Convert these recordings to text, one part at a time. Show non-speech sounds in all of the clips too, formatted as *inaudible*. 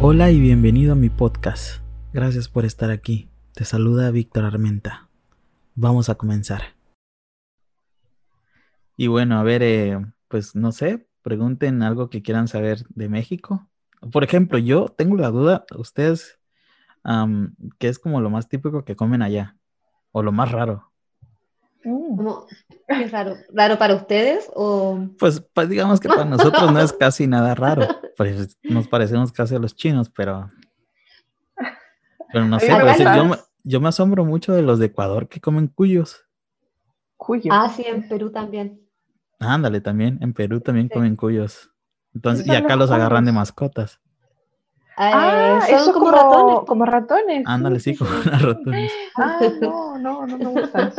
Hola y bienvenido a mi podcast. Gracias por estar aquí. Te saluda Víctor Armenta. Vamos a comenzar. Y bueno, a ver, eh, pues no sé, pregunten algo que quieran saber de México. Por ejemplo, yo tengo la duda, ustedes, am, ¿qué es como lo más típico que comen allá? O lo más raro. Mm, Como, ¿qué es raro? ¿Raro para ustedes o...? Pues, pa- digamos que para nosotros no es casi nada raro. Pues nos parecemos casi a los chinos, pero... Pero no sé, Oigan, pues, yo, ¿sabes? me, yo me asombro mucho de los de Ecuador que comen cuyos. Cuyo. Ah, sí, en Perú también. Ándale, también. En Perú también Sí. comen cuyos. Entonces, y Son acá los los agarran de cuyos. mascotas. Eh, Ah, son eso como, como ratones. Como ratones. Ándale, sí, como *laughs* unas ratones. Ah, no, no, no me gustan.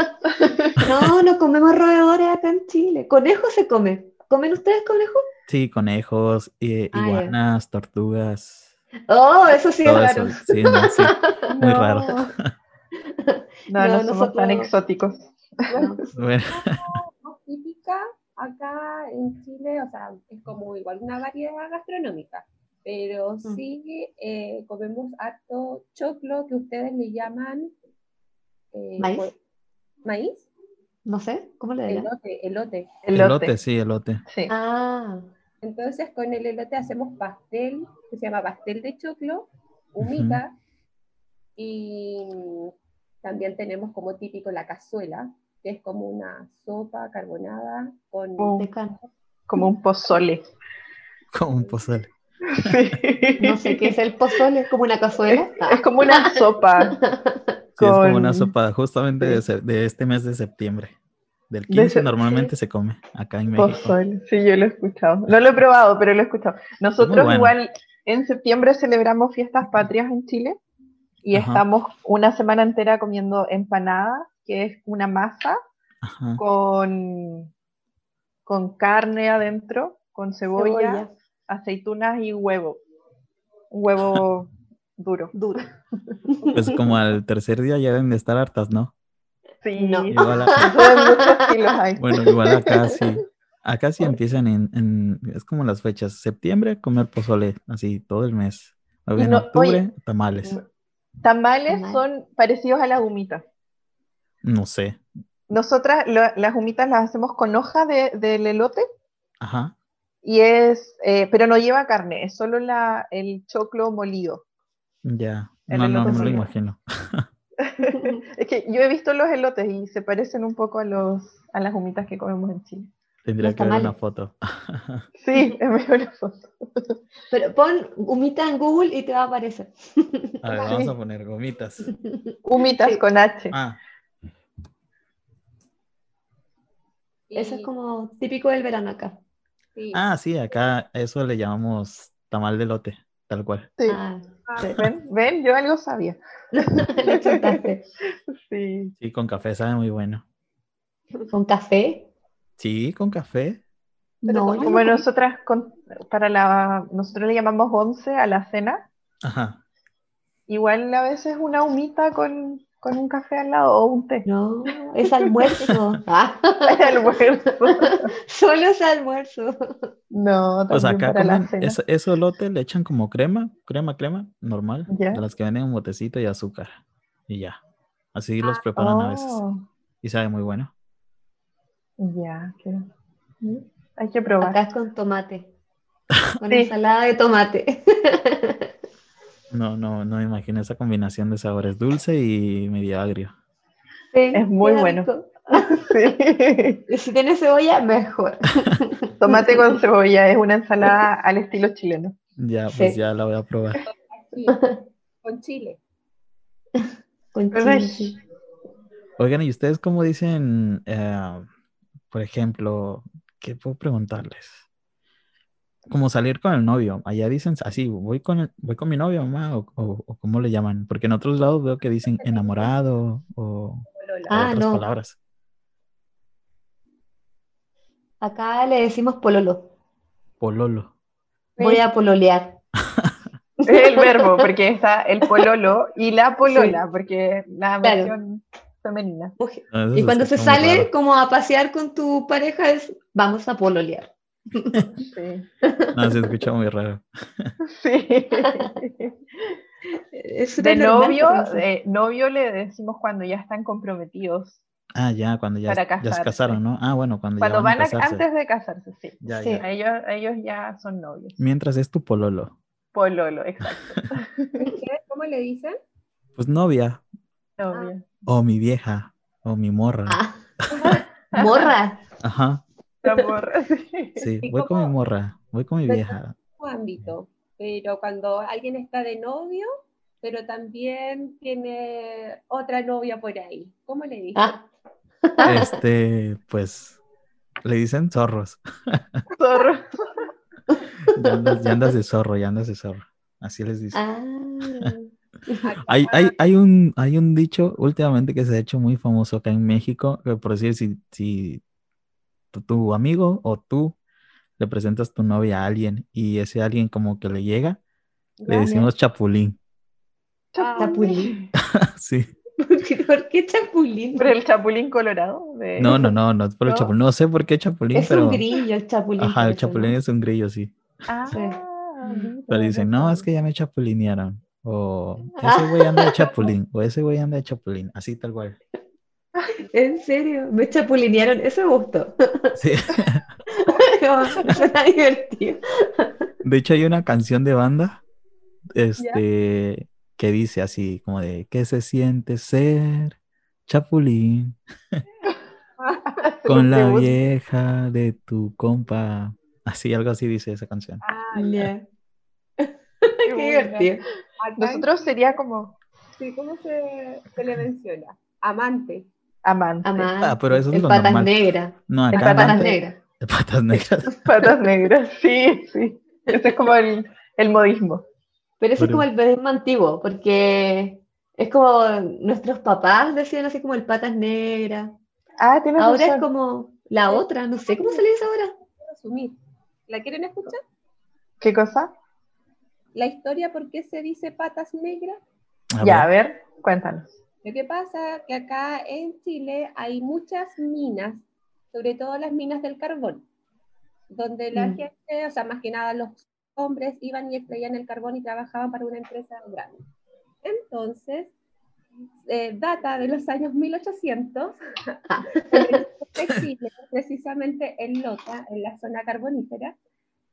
No, no comemos roedores acá en Chile. Conejo se come. ¿Comen ustedes conejo? Sí, conejos, eh, Ah, ya. iguanas, tortugas. Oh, eso sí es todo raro. eso. Sí, no, *laughs* sí. *laughs* Muy No. raro. No, no, No, somos nosotros- tan exóticos. No. Bueno, más típica acá en Chile, o sea, es como igual una variedad gastronómica, pero sí eh, comemos harto choclo que ustedes le llaman eh, ¿Maíz? pues, maíz, No sé, ¿cómo le dirán? elote, elote. elote. Elote. sí, elote. *laughs* Sí. Ah, Entonces con el elote hacemos pastel, que se llama pastel de choclo, humita, y también tenemos como típico la cazuela, que es como una sopa carbonada con... Oh. de carne. Como un pozole. Como un pozole. Sí. *laughs* No sé qué es el pozole, como una cazuela. *laughs* Es como una sopa Sí, es como una Con- sopa justamente de, Sí. se- de este mes de septiembre. Del De Pues, 15 sep- normalmente se come acá en México. Pozole, sí, yo lo he escuchado. No lo he probado, pero lo he escuchado. Nosotros bueno. igual en septiembre celebramos fiestas patrias en Chile y Ajá. estamos una semana entera comiendo empanadas, que es una masa Ajá. con, con carne adentro, con cebolla, Cebolla aceitunas y huevo. Un huevo *laughs* duro. dura. Pues como al tercer día ya deben de estar hartas, ¿no? Sí, No. y Igual *laughs* a- suben muchos kilos ahí. Bueno, igual acá sí. Acá sí empiezan en, en- Es como las fechas. Septiembre, comer pozole, así todo el mes. Luego Y en no- octubre, oye. tamales. Tamales Tamales. son parecidos a las humitas. No sé. Nosotras lo- las humitas las hacemos con hoja de- del elote Ajá. y es, eh, pero no lleva carne, es solo la, el choclo *laughs* molido. Ya. El No, no, elote no lo molido. imagino. Es que yo he visto los elotes y se parecen un poco a, los, a las humitas que comemos en Chile. Tendría Los que ver una *laughs* tamales. foto. Sí, *laughs* es mejor la foto. Pero pon humita en Google y te va a aparecer. A ver, vamos a poner gomitas. Humitas con H. Ah, Eso es y- como típico del verano acá. sí. ah, sí, acá eso le llamamos tamal de lote, tal cual. Sí. Ah, *laughs* ¿Ven? ¿Ven? Yo algo sabía. lo chuntaste. Sí. Sí, con café sabe muy bueno. ¿Con café? Sí, con café. No, yo Como no- nosotras, con- para la, nosotros le llamamos once a la cena, Ajá. igual a veces una humita con, con un café al lado o un té. No, *laughs* es almuerzo. Ah, Almuerzo. *laughs* solo es almuerzo. No, Pues también acá para la comen cena. eso, eso lote le echan como crema, crema, crema, normal, Ya. de las que venden en botecito y azúcar. Y ya. Así los preparan a veces. Ah, Oh, Y sabe muy bueno. Ya, que- ¿Mm? hay que probar. Acá es con tomate. Con Sí. ensalada de tomate. No, no, no me imagino esa combinación de sabores dulce y medio agrio. Sí, *laughs* Es muy queda bueno. rico. Sí. *laughs* Si tiene cebolla, mejor. Tomate con cebolla es una ensalada al estilo chileno. Ya, pues Sí. ya la voy a probar. *laughs* Sí, con chile. Con Pero chile, es- sí. Oigan, ¿y ustedes cómo dicen, eh, por ejemplo, qué puedo preguntarles? Como salir con el novio. Allá dicen así, voy con el- voy con mi novio, mamá, o, o- o cómo le llaman. Porque en otros lados veo que dicen enamorado o polola. Ah, otras no. palabras. Acá le decimos pololo. Pololo. Voy a pololear. *laughs* Es el verbo, porque está el pololo y la polola, porque la Claro. versión femenina. No, Ah, eso Y cuando se escucha muy sale raro. como a pasear con tu pareja es vamos a pololear. Sí. No, Ah, se escucha muy raro. *laughs* Sí. Es De normal, novio, eh. pero no sé. de novio le decimos cuando ya están comprometidos. Ah, ya, cuando ya, Para ya se casarse. casaron, ¿no? Ah, bueno, cuando, Cuando ya van, van a a- casarse. antes de casarse, sí. Ya, Sí, ya. Ellos, ellos ya son novios. Mientras es tu pololo. Pololo, exacto. ¿Ustedes ¿Cómo le dicen? Pues novia, Novio. o mi vieja, o mi morra. Ah. *laughs* *laughs* Morra. Ajá, La morra, *laughs* sí. sí, ¿Y voy con mi cómo? morra, voy con mi Pero- vieja. su ámbito, pero cuando alguien está de novio, pero también tiene otra novia por ahí. ¿Cómo le dije? Ah. Este, pues, le dicen zorros. *laughs* Zorro. Ya andas, ya andas de zorro, ya andas de zorro. Así les dicen. Ah. Hay, hay, hay, un, hay un dicho últimamente que se ha hecho muy famoso acá en México, que por decir, si, si tu, tu amigo o tú le presentas tu novia a alguien y ese alguien como que le llega, le Ya. decimos chapulín. *laughs* Chapulín. Sí. ¿Por qué, por qué chapulín? Pero el chapulín colorado. de- No, no, no, no es por el ¿No? chapulín. No sé por qué chapulín, es pero... un grillo el chapulín. Ajá, el parece, ¿no? chapulín es un grillo, sí. Ah, Sí. mira, Pero dicen, no, es que ya me chapulinearon. O ese güey anda de chapulín. O ese güey anda de chapulín. Así tal cual. En serio, me chapulinearon, eso me gustó. *laughs* Sí. Como, Suena divertido. De hecho, hay una canción de banda este, que dice así, como de, ¿qué se siente ser chapulín con la Según- vieja de tu compa? Así, algo así dice esa canción. Ah, Ya. Qué Qué buena. divertido. acá Nosotros sería como sí, ¿Cómo se, se le menciona? Amante. amante. Amante. Ah, pero eso es en lo patas normal. negras. No, En acá patas andan de negras. de patas negras. Patas negras, *laughs* sí, sí. Ese es como el, el modismo. Pero Pero- ese es como el periodismo antiguo, porque es como nuestros papás decían así como el patas negras. Ah, tienes Ahora es razón. como la otra, no sé cómo se le dice ahora. Resumir. ¿La quieren escuchar? ¿Qué cosa? La historia, ¿por qué se dice patas negras? A ya, ver, a ver, cuéntanos. Lo que pasa que acá en Chile hay muchas minas, sobre todo las minas del carbón, donde la Mm. gente, o sea, más que nada los hombres iban y extraían el carbón y trabajaban para una empresa grande. Entonces, eh, data de los años *laughs* 1800, textiles, precisamente en Lota, en la zona carbonífera,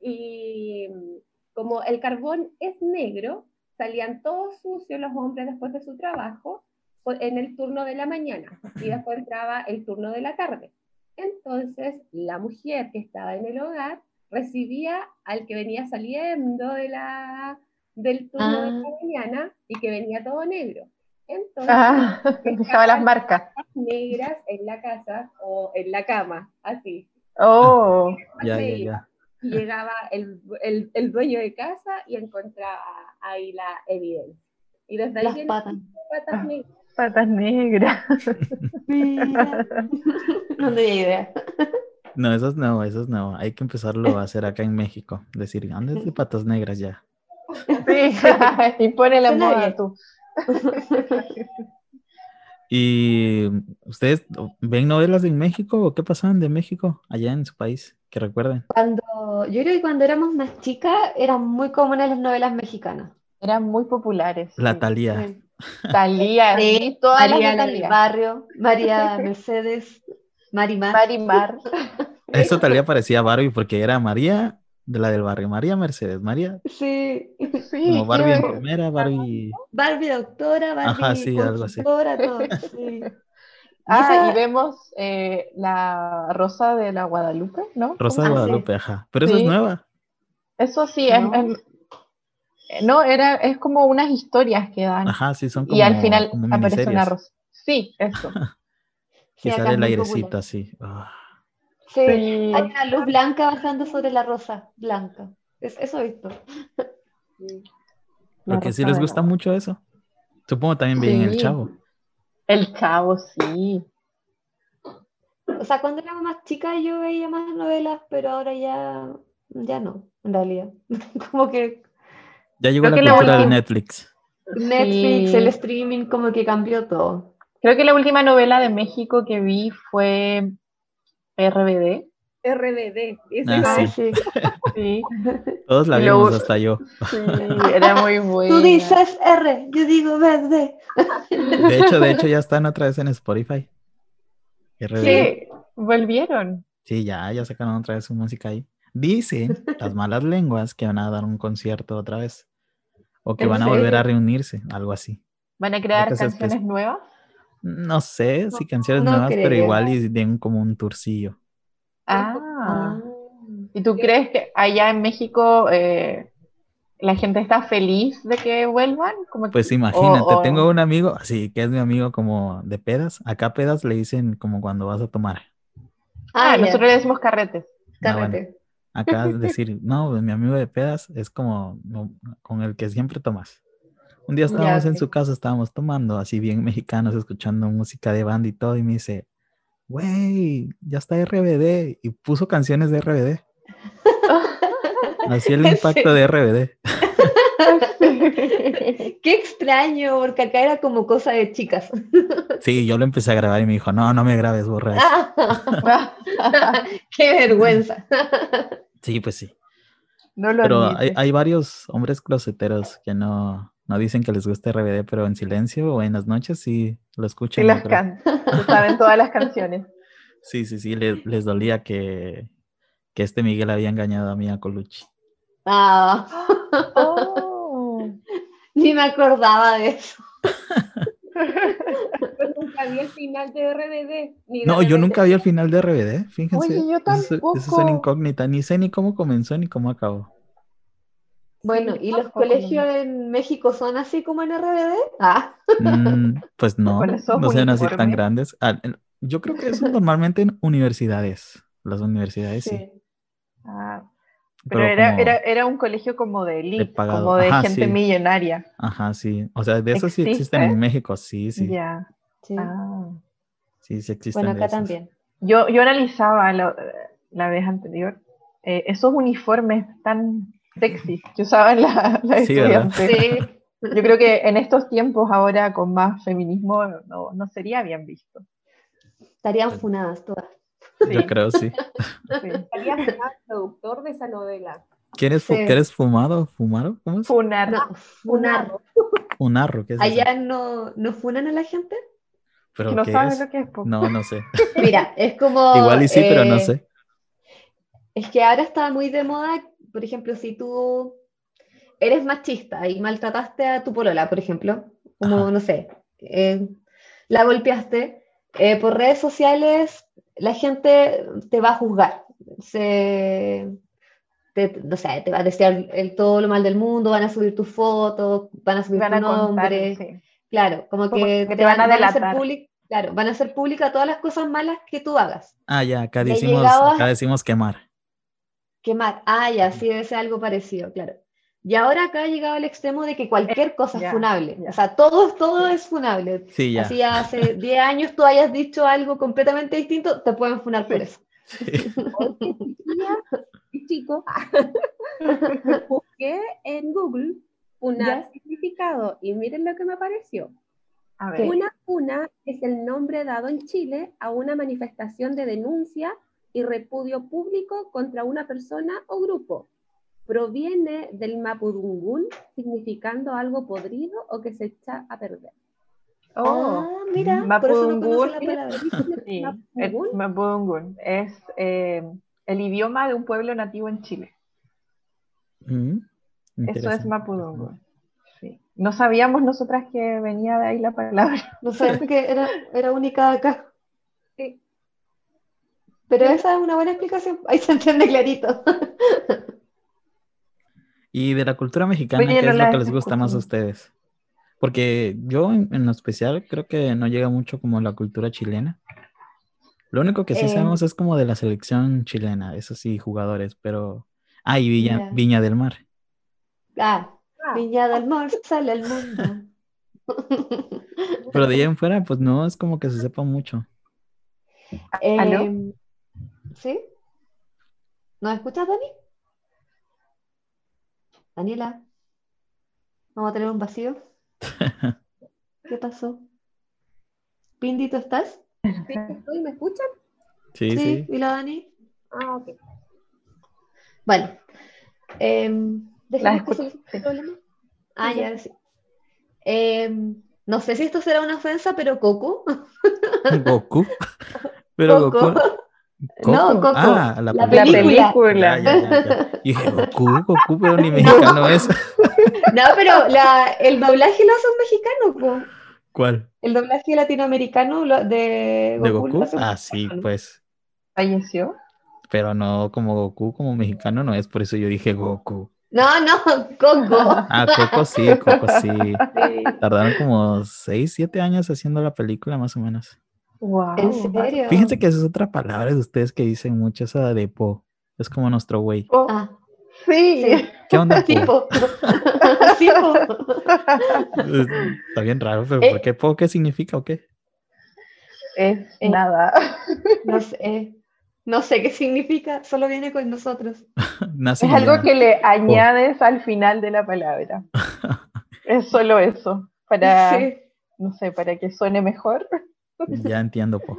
y mm, como el carbón es negro, salían todos sucios los hombres después de su trabajo o- en el turno de la mañana y después entraba el turno de la tarde. Entonces, la mujer que estaba en el hogar recibía al que venía saliendo de la, del turno de la mañana y que venía todo negro. Entonces, Ah, *laughs* dejaba las marcas. negras en la casa o en la cama, así. Oh, ya, Me ya, iba. ya. Y Llegaba el, el- el dueño de casa y encontraba ahí la evidencia. Y desde ahí Las Ah. vienen patas. patas negras. patas negras. Mira. *laughs* No tenía idea. No, esos no, esos no. Hay que empezarlo a hacer acá en México. Decir, andes de patas negras ya. *laughs* Sí, y pone la Suena moda bien. tú. ¿Y ustedes ven novelas en México o qué pasaban de México allá en su país? Que recuerden. Cuando, yo creo que cuando éramos más chicas eran muy comunes las novelas mexicanas. Eran muy populares. La sí. Thalía. Sí. Talía, Sí, sí, todas María las la de del Talía. Barrio, *laughs* María Mercedes, Marimar. Marimar. Esa Thalía parecía Barbie porque era María de la del barrio, María Mercedes, María. *laughs* Sí. Sí, Como Barbie qué- enfermera, Barbie. Barbie doctora, Barbie Ajá, sí, algo así. consultora, todo. *laughs* Sí. Ah, esa- y vemos eh, la Rosa de la Guadalupe, ¿no? Rosa de Ah, sí. Guadalupe, ajá. Pero esa es Sí. nueva. Eso sí, es, No. es- eh, no, era, es como unas historias que dan. Ajá, sí, son como, y al final como aparece una miniseries. rosa. Sí, eso. Sí, Y acá sale es el muy airecito popular. así. Ah, Sí, *laughs* Sí. hay una luz blanca bajando sobre la rosa blanca. Es- eso he visto. La porque sí Rosa les de gusta la- mucho eso. Supongo también bien el Sí. chavo. El chavo, sí. O sea, cuando era más chica yo veía más novelas, pero ahora ya, ya no, en realidad. *laughs* Como que Ya llegó la Creo que la cultura de última- Netflix. Netflix, Sí. el streaming, como que cambió todo. Creo que la última novela de México que vi fue RBD. RBD. Ese Ah, es- sí. Ay, sí. Sí, Todos la Y luego- vimos, hasta yo. sí, *laughs* era *laughs* muy buena. Tú dices R, yo digo verde. De hecho, de hecho, ya están otra vez en Spotify. RBD. Sí, volvieron. Sí, ya, ya sacaron otra vez su música ahí. Dicen las malas lenguas que van a dar un concierto otra vez. O que ¿En van a volver a serio? reunirse, algo así. ¿Van a crear Entonces, pues, canciones nuevas? No sé si canciones no nuevas, pero creo. igual y den como un tourcillo. Ah. Ah. ¿Y tú crees que allá en México eh, la gente está feliz de que vuelvan? Como que- Pues imagínate, o- tengo un amigo, así que es mi amigo como de pedas. Acá pedas le dicen como cuando vas a tomar. Ah, ya, Ah, nosotros le decimos carretes. cálmate. Acá decir, no, pues, mi amigo de pedas es como no, con el que siempre tomas. Un día Ya, estábamos en ok. su casa, estábamos tomando, así bien mexicanos, escuchando música de banda y todo, y me dice, güey, ya está RBD, y puso canciones de RBD. *laughs* Así el ¿En impacto de RBD. *laughs* Qué extraño, porque acá era como cosa de chicas. *laughs* Sí, yo lo empecé a grabar y me dijo, no, no me grabes, borra *laughs* eso". Ah, Qué vergüenza. Sí, pues sí. no lo Pero hay, admite. hay varios hombres closeteros que no, no dicen que les gusta RBD, pero en silencio o en las noches sí lo Sí escuchan. yo las creo. cantan, se saben todas las canciones. Sí, sí, sí, les, les dolía que, que este Miguel había engañado a Mia Colucci. Ah, *laughs* Oh. ni me acordaba de eso. Yo nunca vi el final de RBD. ni de No, yo RBD. nunca vi el final de RBD, fíjense. Oye, yo Eso es- Eso es tampoco. una incógnita, ni sé ni cómo comenzó ni cómo acabó. Bueno, ¿y los tampoco, no. colegios en México son así como en RBD? Ah, Mm, *laughs* pues no, Con esos no sean así tan uniformes. grandes. Ah, en- yo creo que eso normalmente en universidades, las universidades sí. Ah, pero pero era, como- era, era un colegio como de elite, pagado. como de Ajá, gente sí. millonaria. Ajá, sí. O sea, de eso sí existen ¿Existe? en México, sí, sí. Ya. sí. Ah. Sí, sí existen. bueno, de acá esos. también. Yo, yo analizaba lo- la vez anterior eh, esos uniformes tan sexy que usaban las la Sí, ¿verdad? estudiantes. Yo creo que en estos tiempos ahora con más feminismo no, no sería bien visto. Estarían funadas todas. Yo Sí, creo, sí. sí. Había un productor de esa novela. ¿Quién es fu- Sí. qué eres fumado? ¿Fumaro? ¿Cómo es? Funar. No, Ah, funar. Funarro, ¿qué es eso? ¿Allá no, no funan a la gente? ¿Pero que no qué saben es? lo que es. pues. po. No, no sé. Mira, es como. Igual y sí, pero no eh, sé. Es que ahora está muy de moda, por ejemplo, si tú eres machista y maltrataste a tu polola, por ejemplo, como, Ajá. no sé, eh, la golpeaste, eh, por redes sociales la gente te va a juzgar, se, te, o sea, te va a desear el, todo lo mal del mundo, van a subir tus fotos, van a subir Van tu a contar. nombre, sí. claro, como Como que que te van a hacer delatar. public- claro, van a hacer pública todas las cosas malas que tú hagas. Ah, ya, acá Le decimos, llegaba- acá decimos quemar. Quemar. Ah, ya, sí, debe ser algo parecido, claro. Y ahora acá ha llegado al extremo de que cualquier cosa ya, es funable. ya. O sea, todo, todo es funable. Sí, ya. Así hace *laughs* 10 años tú hayas dicho algo completamente distinto, te pueden funar por Sí. eso. Sí. Mira, y chico, *laughs* busqué en Google funar Ya. significado y miren lo que me apareció. A ver. Una funa es el nombre dado en Chile a una manifestación de denuncia y repudio público contra una persona o grupo. Proviene del mapudungún, significando algo podrido o que se echa a perder. Oh, ah, mira, por eso no conoce la Mapudungun. palabra. *laughs* sí. El Mapudungún, Mapudungun es eh, el idioma de un pueblo nativo en Chile. Mm, Eso es interesante. Mapudungun. Sí. No sabíamos nosotras que venía de ahí la palabra. No sé, que era, era única acá. Sí. Pero esa es una buena explicación. *laughs* Ahí se entiende clarito. Y de la cultura mexicana, Oye, ¿qué es Lola, lo que les esas gusta más a cosas. ustedes? Porque yo en, en lo especial creo que no llega mucho como la cultura chilena. Lo único que sí Eh. sabemos es como de la selección chilena, eso sí, jugadores, pero... Ah, y Viña, Ya. Viña del Mar. Ah, Ah. Viña del Mar, sale al mundo. *laughs* Pero de ahí en fuera, pues no, es como que se sepa mucho. ¿Aló? Em, ¿Sí? ¿Nos escuchas, Dani? Daniela, vamos a tener un vacío. ¿Qué pasó? Pindito, ¿estás? ¿sí? ¿Estoy? ¿Me escuchan? Sí, sí. ¿Y la Dani? Ah, ok. Bueno, em, dejemos que escucho, solucione el sí. problema. Ah, Sí, sí. ya, sí. Em, no sé si esto será una ofensa, pero Coco. *laughs* Goku. Pero *laughs* Coco. Goku. No, Coco, Ah, la la película. película. Ya, ya, ya, ya. Y dije, Goku, Goku, pero *laughs* ni mexicano es. No, pero la- el doblaje lo hace un mexicano, po. ¿Cuál? El doblaje latinoamericano lo- de ¿De Goku. lo Goku? hace un Ah, sí, mexicano. pues. Falleció. Pero no, como Goku, como mexicano no es, por eso yo dije *laughs* Goku. No, no, *laughs* Coco. Ah, Coco sí, Coco sí. Sí. Tardaron como 6, 7 años haciendo la película, más o menos. Wow. ¿En serio? Fíjense que esa es otra palabra de ustedes que dicen mucho, esa de po. Es como nuestro güey. Oh, Ah, sí. sí, ¿Qué onda, sí, po? po. Sí, *laughs* po. Está bien raro, pero Eh. ¿por qué po? ¿Qué significa o qué? *laughs* *laughs* Es Eh. nada. No sé. No sé qué significa, solo viene con nosotros. Nace Es mañana. algo que le añades al final de *laughs* la palabra. Es solo eso. Para, Sí. no sé, para que suene mejor. Ya entiendo, po.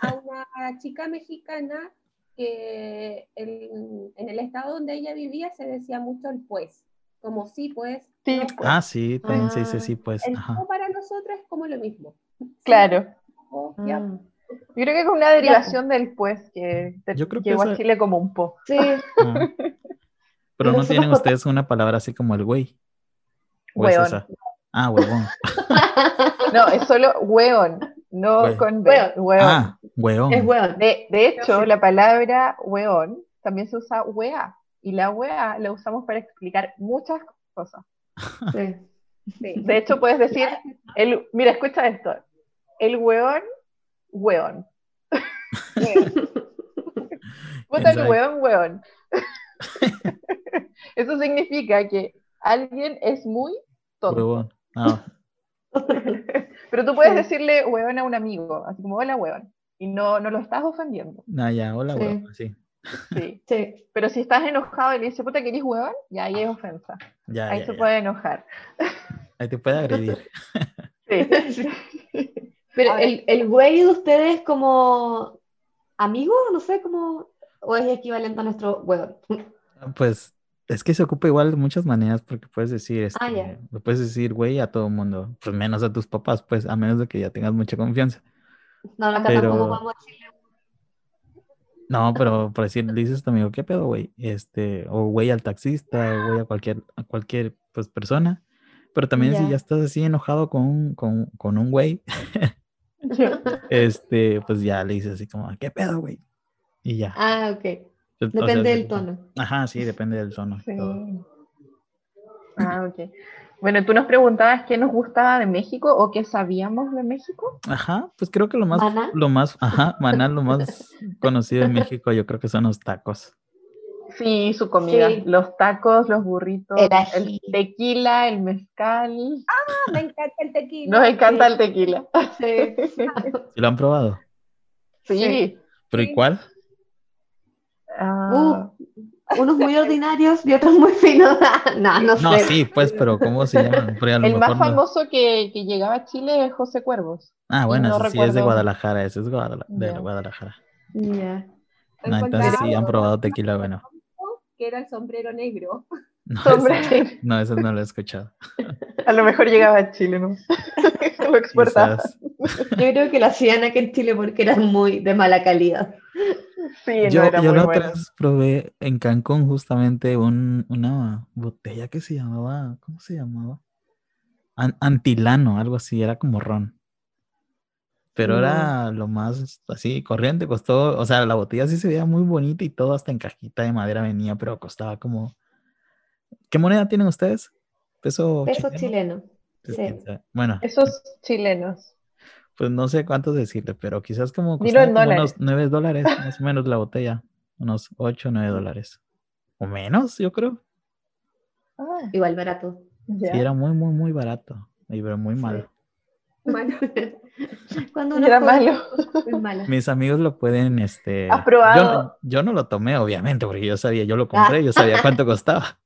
a una a una chica mexicana que en, en el estado donde ella vivía se decía mucho el pues, como sí pues. Sí, no, pues, Ah, sí, también se dice Ah, sí, pues. El Ajá. no para nosotros es como lo mismo. Claro. O, ya, Ah. Yo creo que es una derivación del pues que te- Yo creo que llegó a esa- Chile como un po. Sí, Ah. Pero no Nosotros tienen por- ustedes una palabra así como el güey. ¿O es Hueón. esa? Ah, huevón. No, es solo hueón, no Hue- con B. Hueón. hueón. Ah, hueón. es hueón. De, de hecho, Sí. la palabra hueón también se usa wea. Y la wea la usamos para explicar muchas cosas. Sí. sí. De Ah. hecho, puedes decir, el, mira, escucha esto. El hueón, hueón. Puta el Exacto. hueón, hueón. *laughs* Eso significa que alguien es muy tonto. Huevón. Ah, Pero tú puedes Sí. decirle hueón a un amigo, así como hola hueón. Y no, no lo estás *laughs* ofendiendo. nah, Ah, ya, hola, Sí. huevón. Sí. Sí. Sí. Pero si estás enojado y le dices, puta, que eres huevón, ya ahí es ofensa. Ya, Ahí ya, se ya. puede enojar. Ahí te puede agredir. *laughs* Sí. Pero A ver. *laughs* el, el güey de ustedes como amigo, no sé, como, o es equivalente a nuestro hueón. Pues es que se ocupa igual de muchas maneras porque puedes decir, este, Ah, ya. le puedes decir güey a todo mundo, pues menos a tus papás, pues a menos de que ya tengas mucha confianza. No, no, acá Pero- tampoco podemos decirle. No, pero por decir, le dices a tu amigo, ¿qué pedo, güey? Este, o güey al taxista, o güey a cualquier, a cualquier pues, persona. Pero también si Ya. ya estás así enojado con un, con, con un *laughs* güey, *laughs* este, pues ya le dices así como, ¿qué pedo, güey? Y ya. pues, Ah, ok. O sea, Depende se del ocupa. tono. Ajá, sí, depende del tono. y Sí. todo. Ah, ok. Bueno, tú nos preguntabas qué nos gustaba de México o qué sabíamos de México. Ajá, pues creo que lo más, Maná. lo más, ajá, maná, lo *laughs* más conocido en México, yo creo que son los tacos. Sí, su comida. Sí. Los tacos, los burritos, El ají. tequila, el mezcal. Ah, me encanta el tequila. Nos encanta sí. el tequila. Sí. ¿Sí lo han probado? Sí. Sí. ¿Pero y Sí. cuál? Ah, Unos muy ordinarios y otros muy finos. *laughs* no, no sé. No, sí, pues, pero ¿cómo se llaman? Pero a lo el más mejor no- famoso que, que llegaba a Chile es José *laughs* Cuervos. Ah, bueno, no ese sí es de recuerdo. Guadalajara, ese es Guadala- de Ya. Guadalajara. Ya. No, Ah, entonces sí han probado tequila, bueno. *laughs* Que era el sombrero negro. No, Hombre, ese, no, ese no lo he escuchado. *laughs* a lo mejor llegaba a Chile, ¿no? *laughs* Lo exportaba. Quizás. Yo creo que la hacían aquí en Chile porque eran muy de mala calidad. Sí, Yo, no era yo muy la otra bueno. vez probé en Cancún justamente un- una botella que se llamaba, ¿cómo se llamaba? An- antilano, algo así, era como ron. Pero era Mm. lo más así, corriente, costó, o sea, la botella sí se veía muy bonita y todo, hasta en cajita de madera venía, pero costaba como... ¿Qué moneda tienen ustedes? ¿Peso Peso chileno? chileno. Pues, sí. quién sabe. Bueno, Esos chilenos. pues no sé cuántos decirle, pero quizás como Dilo costaba en como dólares. unos 9 dólares, más o menos la botella. Unos 8 o 9 dólares. O menos, yo creo. Ah, Igual barato. Sí, ya. era muy, muy, muy barato. Y pero muy Sí. malo. Mano, *laughs* Cuando Era es joven, malo. muy malo. *laughs* Mis amigos lo pueden, este... ¿Has yo- probado? Yo, no lo tomé, obviamente, porque yo sabía, yo lo compré, yo sabía *laughs* cuánto costaba.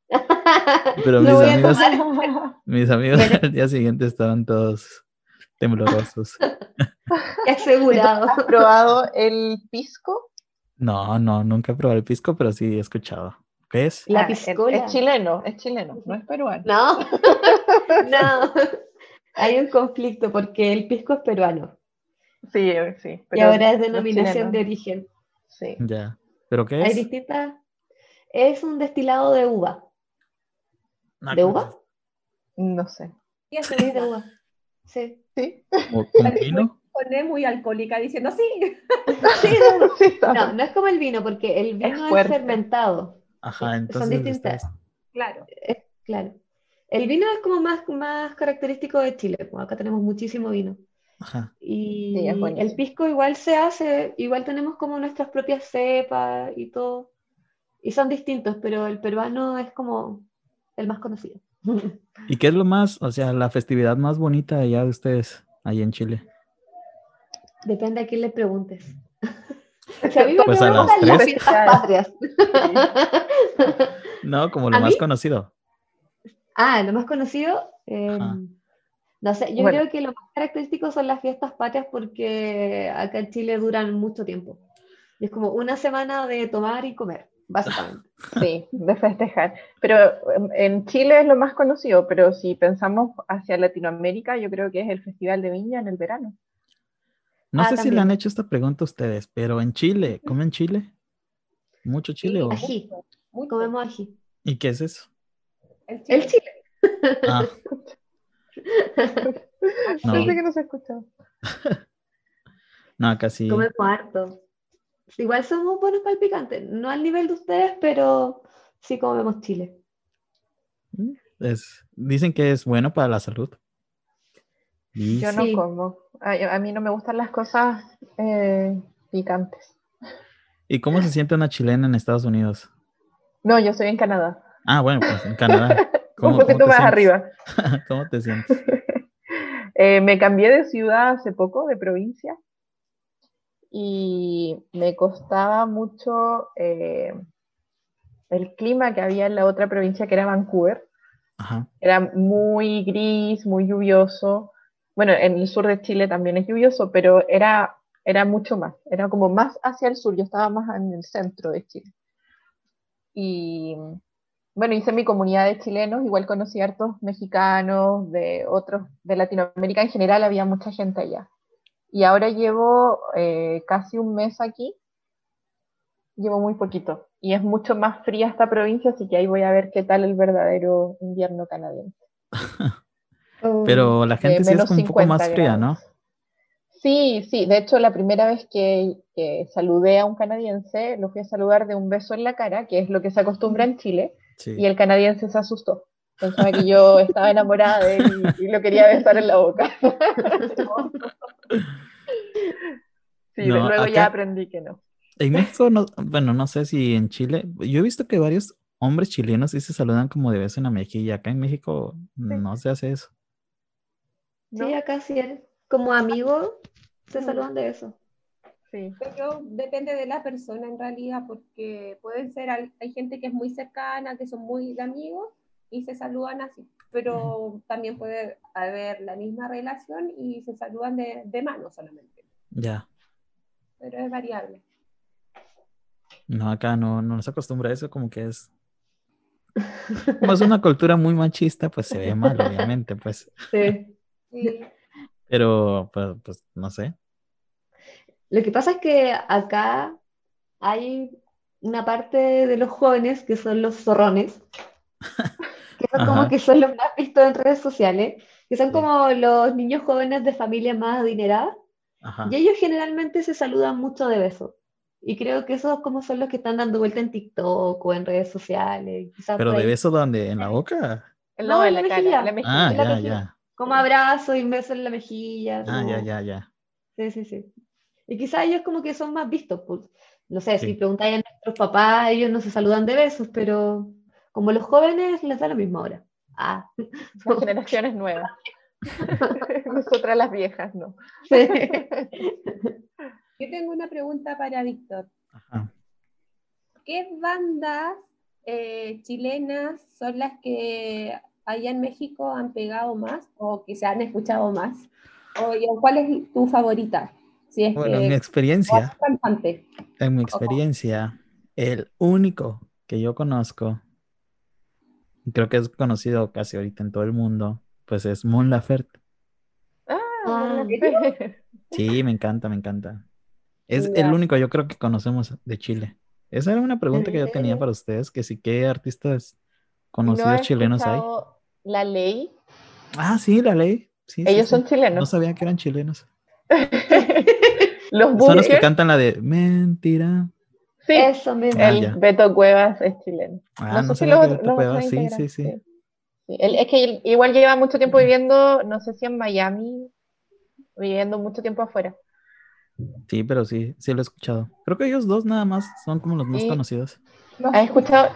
Pero Ah. Lo mis voy a amigos, tomar. *laughs* mis amigos Pero- al día siguiente estaban todos temblorosos. Asegurado. ¿Has probado el pisco? No, no, nunca he probado el pisco, pero sí he escuchado. ¿Qué es? La Ah, es, piscola. es chileno, es chileno, no es peruano. No, *laughs* no. Hay un conflicto porque el pisco es peruano Sí, eh, sí. y pero ahora es los denominación chilenos, de origen. Sí. Ya. ¿Pero qué Hay es? distintas. Es un destilado de uva. No, ¿De ¿cómo uva? No sé. Y es Sí, de Ah. una- uva. *laughs* Sí. Sí. es? ¿O ¿Con vino? Poné muy alcohólica diciendo, sí, *laughs* *laughs* Sí, está. *laughs* No, no es como el vino, porque el vino es, fuerte. fermentado. Ajá, Son entonces. este, distintas. ustedes- claro. Claro. El vino es como más, más característico de Chile. como acá tenemos muchísimo vino. Ajá. Y Sí, es buenísimo. el pisco igual se hace, igual tenemos como nuestras propias cepas y todo. Y son distintos, pero el peruano es como el más conocido. ¿Y qué es lo más, o sea, la festividad más bonita allá de ustedes, allá en Chile? Depende a quién le preguntes. *laughs* Si a mí me Pues a las preguntan las tres. fiestas patrias. No, como lo ¿A más mí? conocido. Ah, lo más conocido. eh, Ajá. no sé, yo Bueno. creo que lo más característico son las fiestas patrias porque acá en Chile duran mucho tiempo. Y es como una semana de tomar y comer, básicamente. Sí, de festejar. Pero em, en Chile es lo más conocido, pero si pensamos hacia Latinoamérica, yo creo que es el Festival de Viña en el verano. No Ah, sé si le han también. hecho esta pregunta a ustedes, pero en Chile, ¿comen chile? ¿Mucho chile? Sí, o- ají. Muy Comemos ají. ¿Y qué es eso? El chile. El chile. Ah, *laughs* Ah, No. Pensé que no se escuchaba. no, casi. Comemos harto. Igual somos buenos para el picante. No al nivel de ustedes, pero sí comemos chile. Es, dicen que es bueno para la salud. Y Yo sí, no Sí. como. Ay, A, mí no me gustan las cosas eh, picantes. ¿Y cómo se siente una chilena en Estados Unidos? No, yo soy en Canadá. Ah, bueno, pues en Canadá. *laughs* Un poquito te más sientes? arriba. *laughs* ¿Cómo te sientes? Eh, me cambié de ciudad hace poco, de provincia, y me costaba mucho eh, el clima que había en la otra provincia, que era Vancouver. *laughs* Ajá. Era muy gris, muy lluvioso. Bueno, en el sur de Chile también es lluvioso, pero era, era mucho más. Era como más hacia el sur. Yo estaba más en el centro de Chile. Y bueno, hice mi comunidad de chilenos. Igual conocí hartos mexicanos, de otros, de Latinoamérica en general. Había mucha gente allá. Y ahora llevo eh, casi un mes aquí. Llevo muy poquito. Y es mucho más fría esta provincia, así que ahí voy a ver qué tal el verdadero invierno canadiense. Pero la de gente sí es Eh, menos como un poco más 50 fría, ¿no? grados. Sí, sí, de hecho la primera vez que, que saludé a un canadiense, lo fui a saludar de un beso en la cara, que es lo que se acostumbra en Chile, Sí. y el canadiense se asustó. Pensaba que yo estaba enamorada de él y, y lo quería besar en la boca. *laughs* Sí, No, luego acá- ya aprendí que no. En México, no, bueno, no sé si en Chile. Yo he visto que varios hombres chilenos sí se saludan como de beso en la mejilla. Acá en México no se hace eso. ¿no? Sí, acá sí es. Como amigos, se saludan de eso. Sí. Pero depende de la persona en realidad, porque pueden ser, al- hay gente que es muy cercana, que son muy de amigos y se saludan así, pero también puede haber la misma relación y se saludan de, de mano solamente, Ya. pero es variable. No, acá no, no se acostumbra a eso, como que *laughs* es. Como es una cultura muy machista, pues se ve mal, obviamente, pues. Sí. Sí, Pero, pues, pues, no sé. Lo que pasa es que acá hay una parte de los jóvenes que son los *laughs* zorrones, que son como Ajá. que son los más vistos en redes sociales, que son Sí. como los niños jóvenes de familias más adineradas. Ajá. Y ellos generalmente se saludan mucho de beso. Y creo que esos como son los que están dando vuelta en TikTok o en redes sociales. quizás Pero por de ahí. beso, ¿dónde? ¿En la boca? No, No, en la la cara, mejilla. en la mejilla. Ah, en la ya, mejilla. ya. Como abrazo y un beso en la mejilla. Ah, ya, como- ya, ya. Sí, sí, sí. Y quizás ellos como que son más vistos. pues. No sé, Sí. si preguntáis a nuestros papás, ellos no se saludan de besos, pero como los jóvenes les da lo mismo ahora. Ah, Las generaciones nuevas. *laughs* Nosotras las viejas, ¿no? *laughs* sí. yo tengo una pregunta para Víctor. Ajá. ¿Qué bandas eh, chilenas son las que allá en México han pegado más o que se han escuchado más? O, ¿Y cuál es tu favorita? Si es Bueno, Eh, en mi que experiencia, cantante. en mi experiencia, el único que yo conozco, y creo que es conocido casi ahorita en todo el mundo, pues es Mon Laferte. Ah, Ah. Sí, me encanta, me encanta. Es Ya. el único yo creo que conocemos de Chile. Esa era una pregunta que yo tenía Sí. para ustedes, que sí, ¿qué artistas ¿No conocidos has chilenos hay? escuchado La ley. Ah, sí, la ley. Sí, sí, Ellos sí. son No chilenos. sabía que eran chilenos. *laughs* los Son los que Bunkers. cantan la de Mentira. Sí, *laughs* Eso mismo. Ah, el ya. Beto Cuevas es chileno. Ah, no, sé si sabía que los- era los Cuevas. otros Sí, sí, integrantes. sí. Sí, él- es que él igual lleva mucho tiempo viviendo, no sé si en Miami, viviendo mucho tiempo afuera. Sí, pero sí, sí lo he escuchado. Creo que ellos dos nada más son como los más Sí. conocidos. No ¿Has sé, escuchado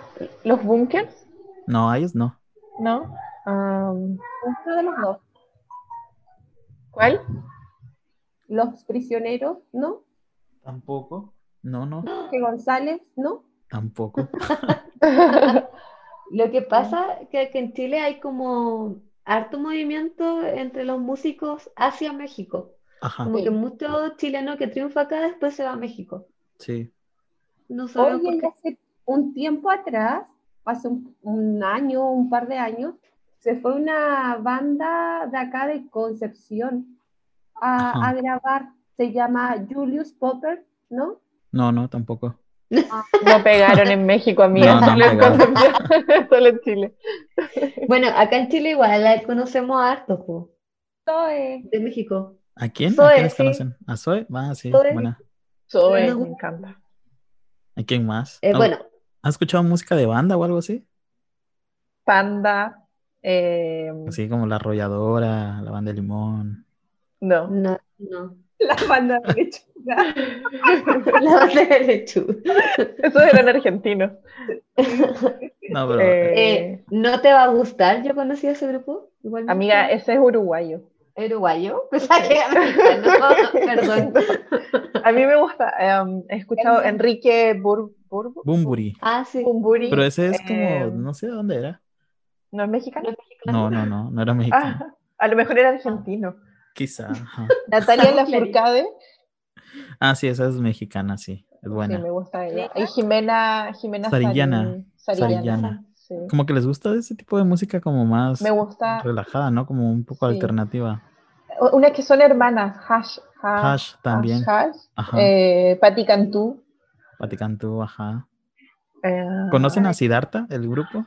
los Bunkers? No, a ellos no. ¿No? Am, uno de los dos. ¿Cuál? *laughs* Los prisioneros, ¿no? Tampoco. No, no, Que González, ¿no? tampoco. Lo que pasa que, que en Chile hay como harto movimiento entre los músicos hacia México. Ajá, Como Sí. que mucho chileno que triunfa acá después se va a México. sí. No sabemos por Hoy, qué. hace un tiempo atrás, hace un, un año, un par de años, se fue una banda de acá de Concepción a, Ajá. a grabar. Se llama Julius Popper, ¿no? Ah, No, no, tampoco. No pegaron en *laughs* México, amiga. No, no solo, en pegaron. Concepción, *laughs* solo en Chile. Bueno, acá en Chile igual la conocemos harto, po, *laughs* Zoe. de México. ¿A quién? ¿A Zoe, quiénes sí. conocen? ¿A Zoe? Ah, sí, Zoe. buena. Zoe, Bueno. me encanta. ¿A quién más? Eh, ¿Al- bueno, ¿Has escuchado música de banda o algo así? Panda. eh, Así como La Arrolladora, La Banda de Limón. no. no, no. La banda de lechuga. *laughs* La banda de lechuga. Esos eran argentinos. No, pero Eh, Eh, ¿no te va a gustar? Yo conocí a ese grupo. Igual me Amiga, eh, gustó. ese es uruguayo. uruguayo. *laughs* Pensaba que era *laughs* mexicano. Perdón. A mí me gusta. em, he escuchado Enrique Bur Burbu. Bumburi. Ah, sí. Bumburi. Pero ese es como, eh, no sé de dónde era. ¿No es mexicano? No, no, no, no era mexicano. Ah, a lo mejor era argentino. Quizá. ajá. Natalia Clarita. Lafourcade. Ah, sí, esa es mexicana, sí. Es Sí, buena. me gusta ella. Y Jimena, Jimena Zarillana. Sari- Zarillana. Sí. Como que les gusta ese tipo de música como más Me gusta relajada, ¿no? Como un poco Sí. alternativa. unas que son hermanas, Hash, ha- Hash también. Ah, Hash, Ajá. eh, Patti Cantú. Vaticantú, ajá. Ah, eh, ¿Conocen a Siddhartha, el grupo?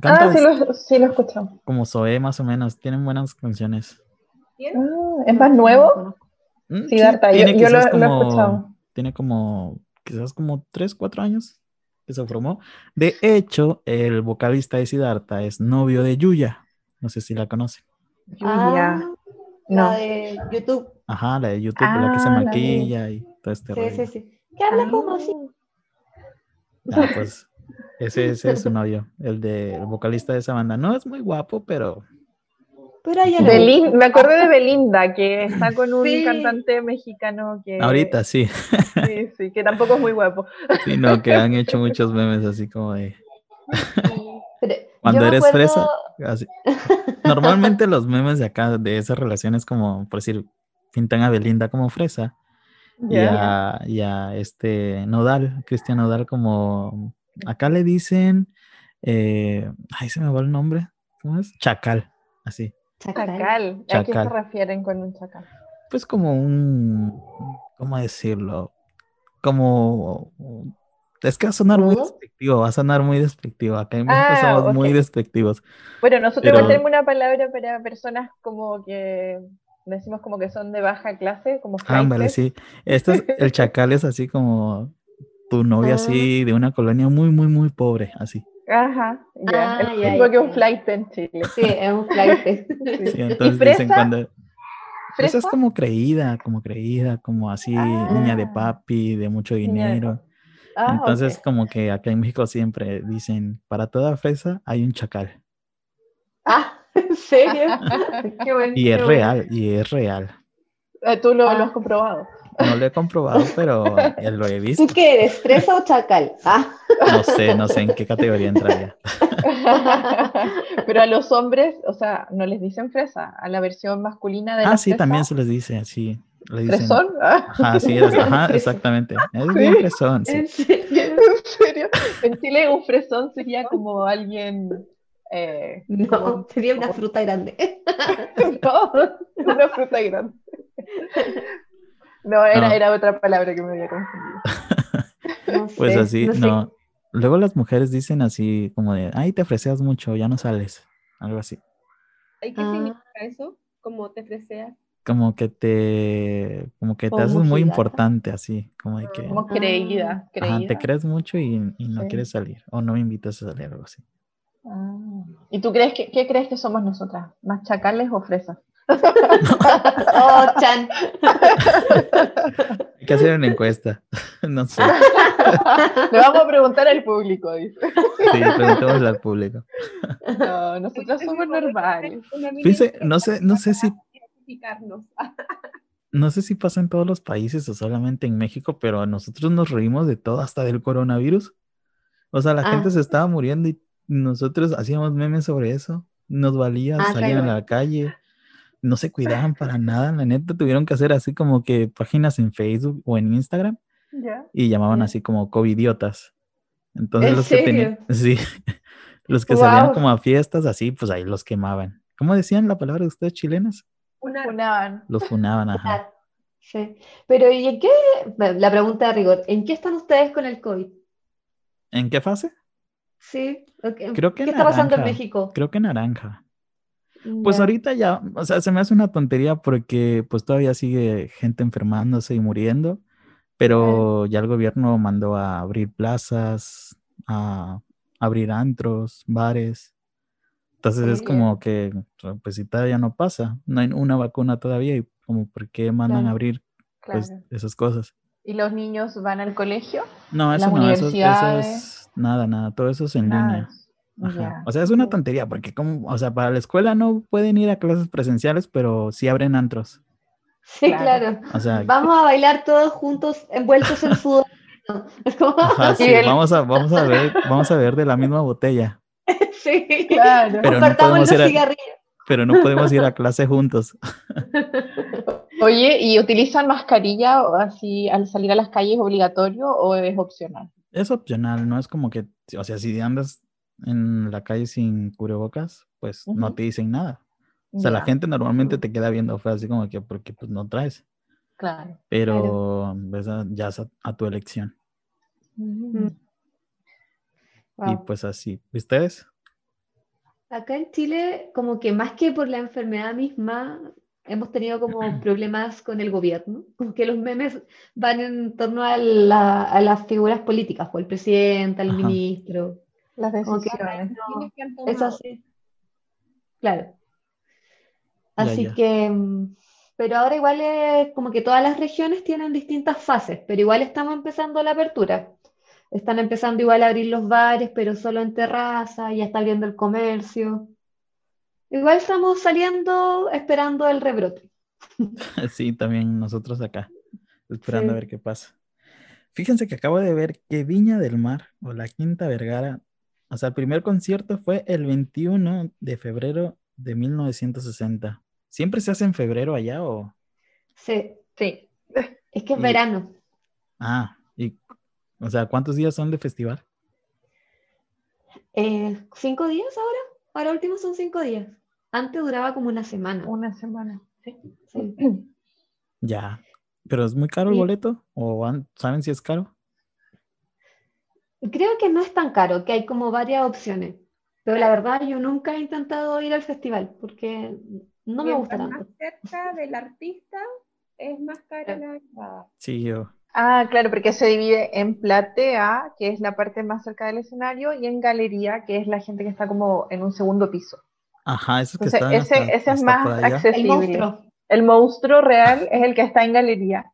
Canta Ah, sí lo, sí lo escuchamos. como Zoé, más o menos. Tienen buenas canciones. Ah, ¿Es más nuevo? Mm, sí, Siddhartha, yo- tiene yo lo- quizás lo he como- escuchado. Tiene como, quizás como 3, 4 años que se formó. De hecho, el vocalista de Siddhartha es novio de Yuya. No sé si la conocen. Julia. Ah, No. la de YouTube. Ajá, la de YouTube, la que se Ah, la de- maquilla y todo este Sí, rollo. sí, sí. Que habla como Ah. así. Ah, pues ese, ese es su novio, el de el vocalista de esa banda. No es muy guapo, pero Pero a ella le gusta. Belin- me acuerdo de Belinda, que está con un Ah. Sí. cantante mexicano que... ahorita sí. *laughs* Sí, sí, que tampoco es muy guapo. Sí, no, que han hecho muchos memes así como de. Pero Cuando yo me eres acuerdo- fresa. así. *laughs* Normalmente los memes de acá, de esas relaciones, como por decir, pintan a Belinda como fresa Ya. y, a, y a este Nodal, Cristian Nodal, como. Acá le dicen. eh, ay, se me va el nombre. ¿Cómo es? Chacal, así. Chacal. Chacal. ¿A qué se Chacal. refieren con un chacal? pues como un, ¿cómo decirlo? Como, es que va a sonar muy ¿Rudo? despectivo, va a sonar muy despectivo. Acá en México Ah, somos ok. muy despectivos. Bueno, nosotros Pero- igual tenemos una palabra para personas como que decimos como que son de baja clase, como Ándale, flaites. sí. Este es, el chacal es así como tu novia Ah. así de una colonia muy, muy, muy pobre, así. Ajá, ya. Ah, el ya, mismo ya, que un ya. flight en Chile. Sí, es un flight. *laughs* Sí. Sí, entonces dicen fresa? cuando... Fresa Pues es ¿Fresa? como creída, como creída, como así, niña de Ah. papi, de mucho Niña de dinero. Ah, Entonces, ok. como que acá en México siempre dicen, para toda fresa hay un chacal. Ah, *laughs* ¿en *laughs* serio? Qué bueno, Y es qué bueno. real, y es real. Eh, Tú lo, Ah. lo has *laughs* comprobado. No lo he comprobado, pero eh, lo he visto. ¿Tú qué eres, fresa o chacal? Ah, No sé, no sé en qué categoría entraría. Pero a los hombres, o sea, no les dicen fresa, a la versión masculina de la Ah, sí, fresa, también se les dice, sí. Le dicen, ¿Fresón? *laughs* Ah, Ajá, sí, es- ajá, exactamente. Es bien fresón, sí. En serio, ¿En serio? En Chile un fresón sería como alguien... eh, *laughs* No, sería una fruta grande. no, una fruta grande. No, era, No. era otra palabra que me había confundido. *laughs* No Pues sé, así, no no, sé. Luego las mujeres dicen así como de, ay, te freseas mucho, ya no sales. Algo así. ¿Ay, ¿Qué Ah. significa eso? Como te freseas. Como que te, como que te Como haces muy mujigata. importante así, como de que Como Ah. creída, creída. ajá, te crees mucho y, y no Sí. quieres salir, o no me invitas a salir, algo así. Ah. ¿Y tú crees que, qué crees que somos nosotras? ¿Más chacales o fresas? Oh, Chan. Hay que hacer una encuesta. *laughs* no sé. Le vamos a preguntar al público, dice. Sí, preguntémosle al público. No, nosotras Pues Pues, somos normales. Fíjense, no sé, no sé si Identificarnos. Ah, No sé si pasa en todos los países o solamente en México, pero a nosotros nos reímos de todo, hasta del coronavirus. O sea, la Ah. gente se estaba muriendo y nosotros hacíamos memes sobre eso. Nos valía, Ah, salían a claro. la calle, no se cuidaban *laughs* para nada. La neta tuvieron que hacer así como que páginas en Facebook o en Instagram ¿Ya? y llamaban Ya. así como covidiotas. Entonces ¿En los que tenían, *laughs* sí, los que Guau. salían como a fiestas así, pues ahí los quemaban. ¿Cómo decían la palabra de ustedes chilenas? Una, Funaban. Los funaban, ajá. Ah, sí. Pero, ¿y en qué? bueno, La pregunta de rigor, ¿en qué están ustedes con el COVID? ¿En qué fase? Sí, ok. Creo que ¿Qué está pasando en naranja. México? Creo que naranja. Pues Ya. ahorita ya, o sea, se me hace una tontería porque pues todavía sigue gente enfermándose y muriendo, pero ya el gobierno mandó a abrir plazas, a abrir antros, bares. Entonces es Muy como que, pues si todavía no pasa, no hay una vacuna todavía y como por qué mandan Claro. a abrir Claro. pues, esas cosas. ¿Y los niños van al colegio? No, Las eso no, eso, eso universidades. es nada, nada, todo eso es en línea. Ajá. Nada. Ah, Ya. O sea, es una tontería, porque como, o sea, para la escuela no pueden ir a clases presenciales, pero sí abren antros. Sí, Claro. claro. O sea, *laughs* Vamos a bailar todos juntos, envueltos en sudor. Es como, ajá, sí, el- vamos a, vamos a ver, vamos a ver de la misma botella. *laughs* sí. Claro. Pero no Compartamos podemos los ir a- cigarrillos. Pero no podemos ir a clase juntos. *laughs* Oye, ¿y utilizan mascarilla o así al salir a las calles obligatorio o es opcional? Es opcional, no es como que, o sea, si andas en la calle sin cubrebocas, pues no Ujú. te dicen nada. O sea, la Ya, gente normalmente te queda viendo fue así como que porque pues no traes, Claro. pero pues, ah, ya es a- a tu elección. Mm. Y Wow. pues así, ¿ustedes? Acá en Chile, como que más que por la enfermedad misma, hemos tenido como problemas con el gobierno, como que los memes van en torno a, la- a las figuras políticas, o el presidente, al Ajá. ministro, Las como que decisiones. decisiones que han tomado. es así. Claro. Ya, Así ya. que, mm, pero ahora igual es como que todas las regiones tienen distintas fases, pero igual estamos empezando la apertura. Están empezando igual a abrir los bares, pero solo en terraza, ya está abriendo el comercio. Igual estamos saliendo esperando el rebrote. *laughs* Sí, también nosotros acá, esperando a Sí. ver qué pasa. Fíjense que acabo de ver que Viña del Mar o la Quinta Vergara, o sea, el primer concierto fue el 21 de febrero de 1960. ¿Siempre se hace en febrero allá o...? Sí, Sí. es que es Y- verano. Ah, y, o sea, ¿cuántos días son de festival? Eh, ¿cinco días ahora? Ahora último son cinco días. Antes duraba como una semana. Una semana. Sí. Sí. Ya. ¿Pero es muy caro el Y- boleto? ¿O van- saben si es caro? Creo que no es tan caro, que hay como varias opciones. Pero la verdad, yo nunca he intentado ir al festival porque no me gusta Mientras tanto. Eh. más cerca del artista, es más cara la entrada. *laughs* Sí, yo... Ah, claro, porque se divide en platea, que es la parte más cerca del escenario, y en galería, que es la gente que está como en un segundo piso. Ajá, esos que Entonces, están Pues ese, hasta- ese es hasta más por allá. El accesible. monstruo. El monstruo real es el que está en galería.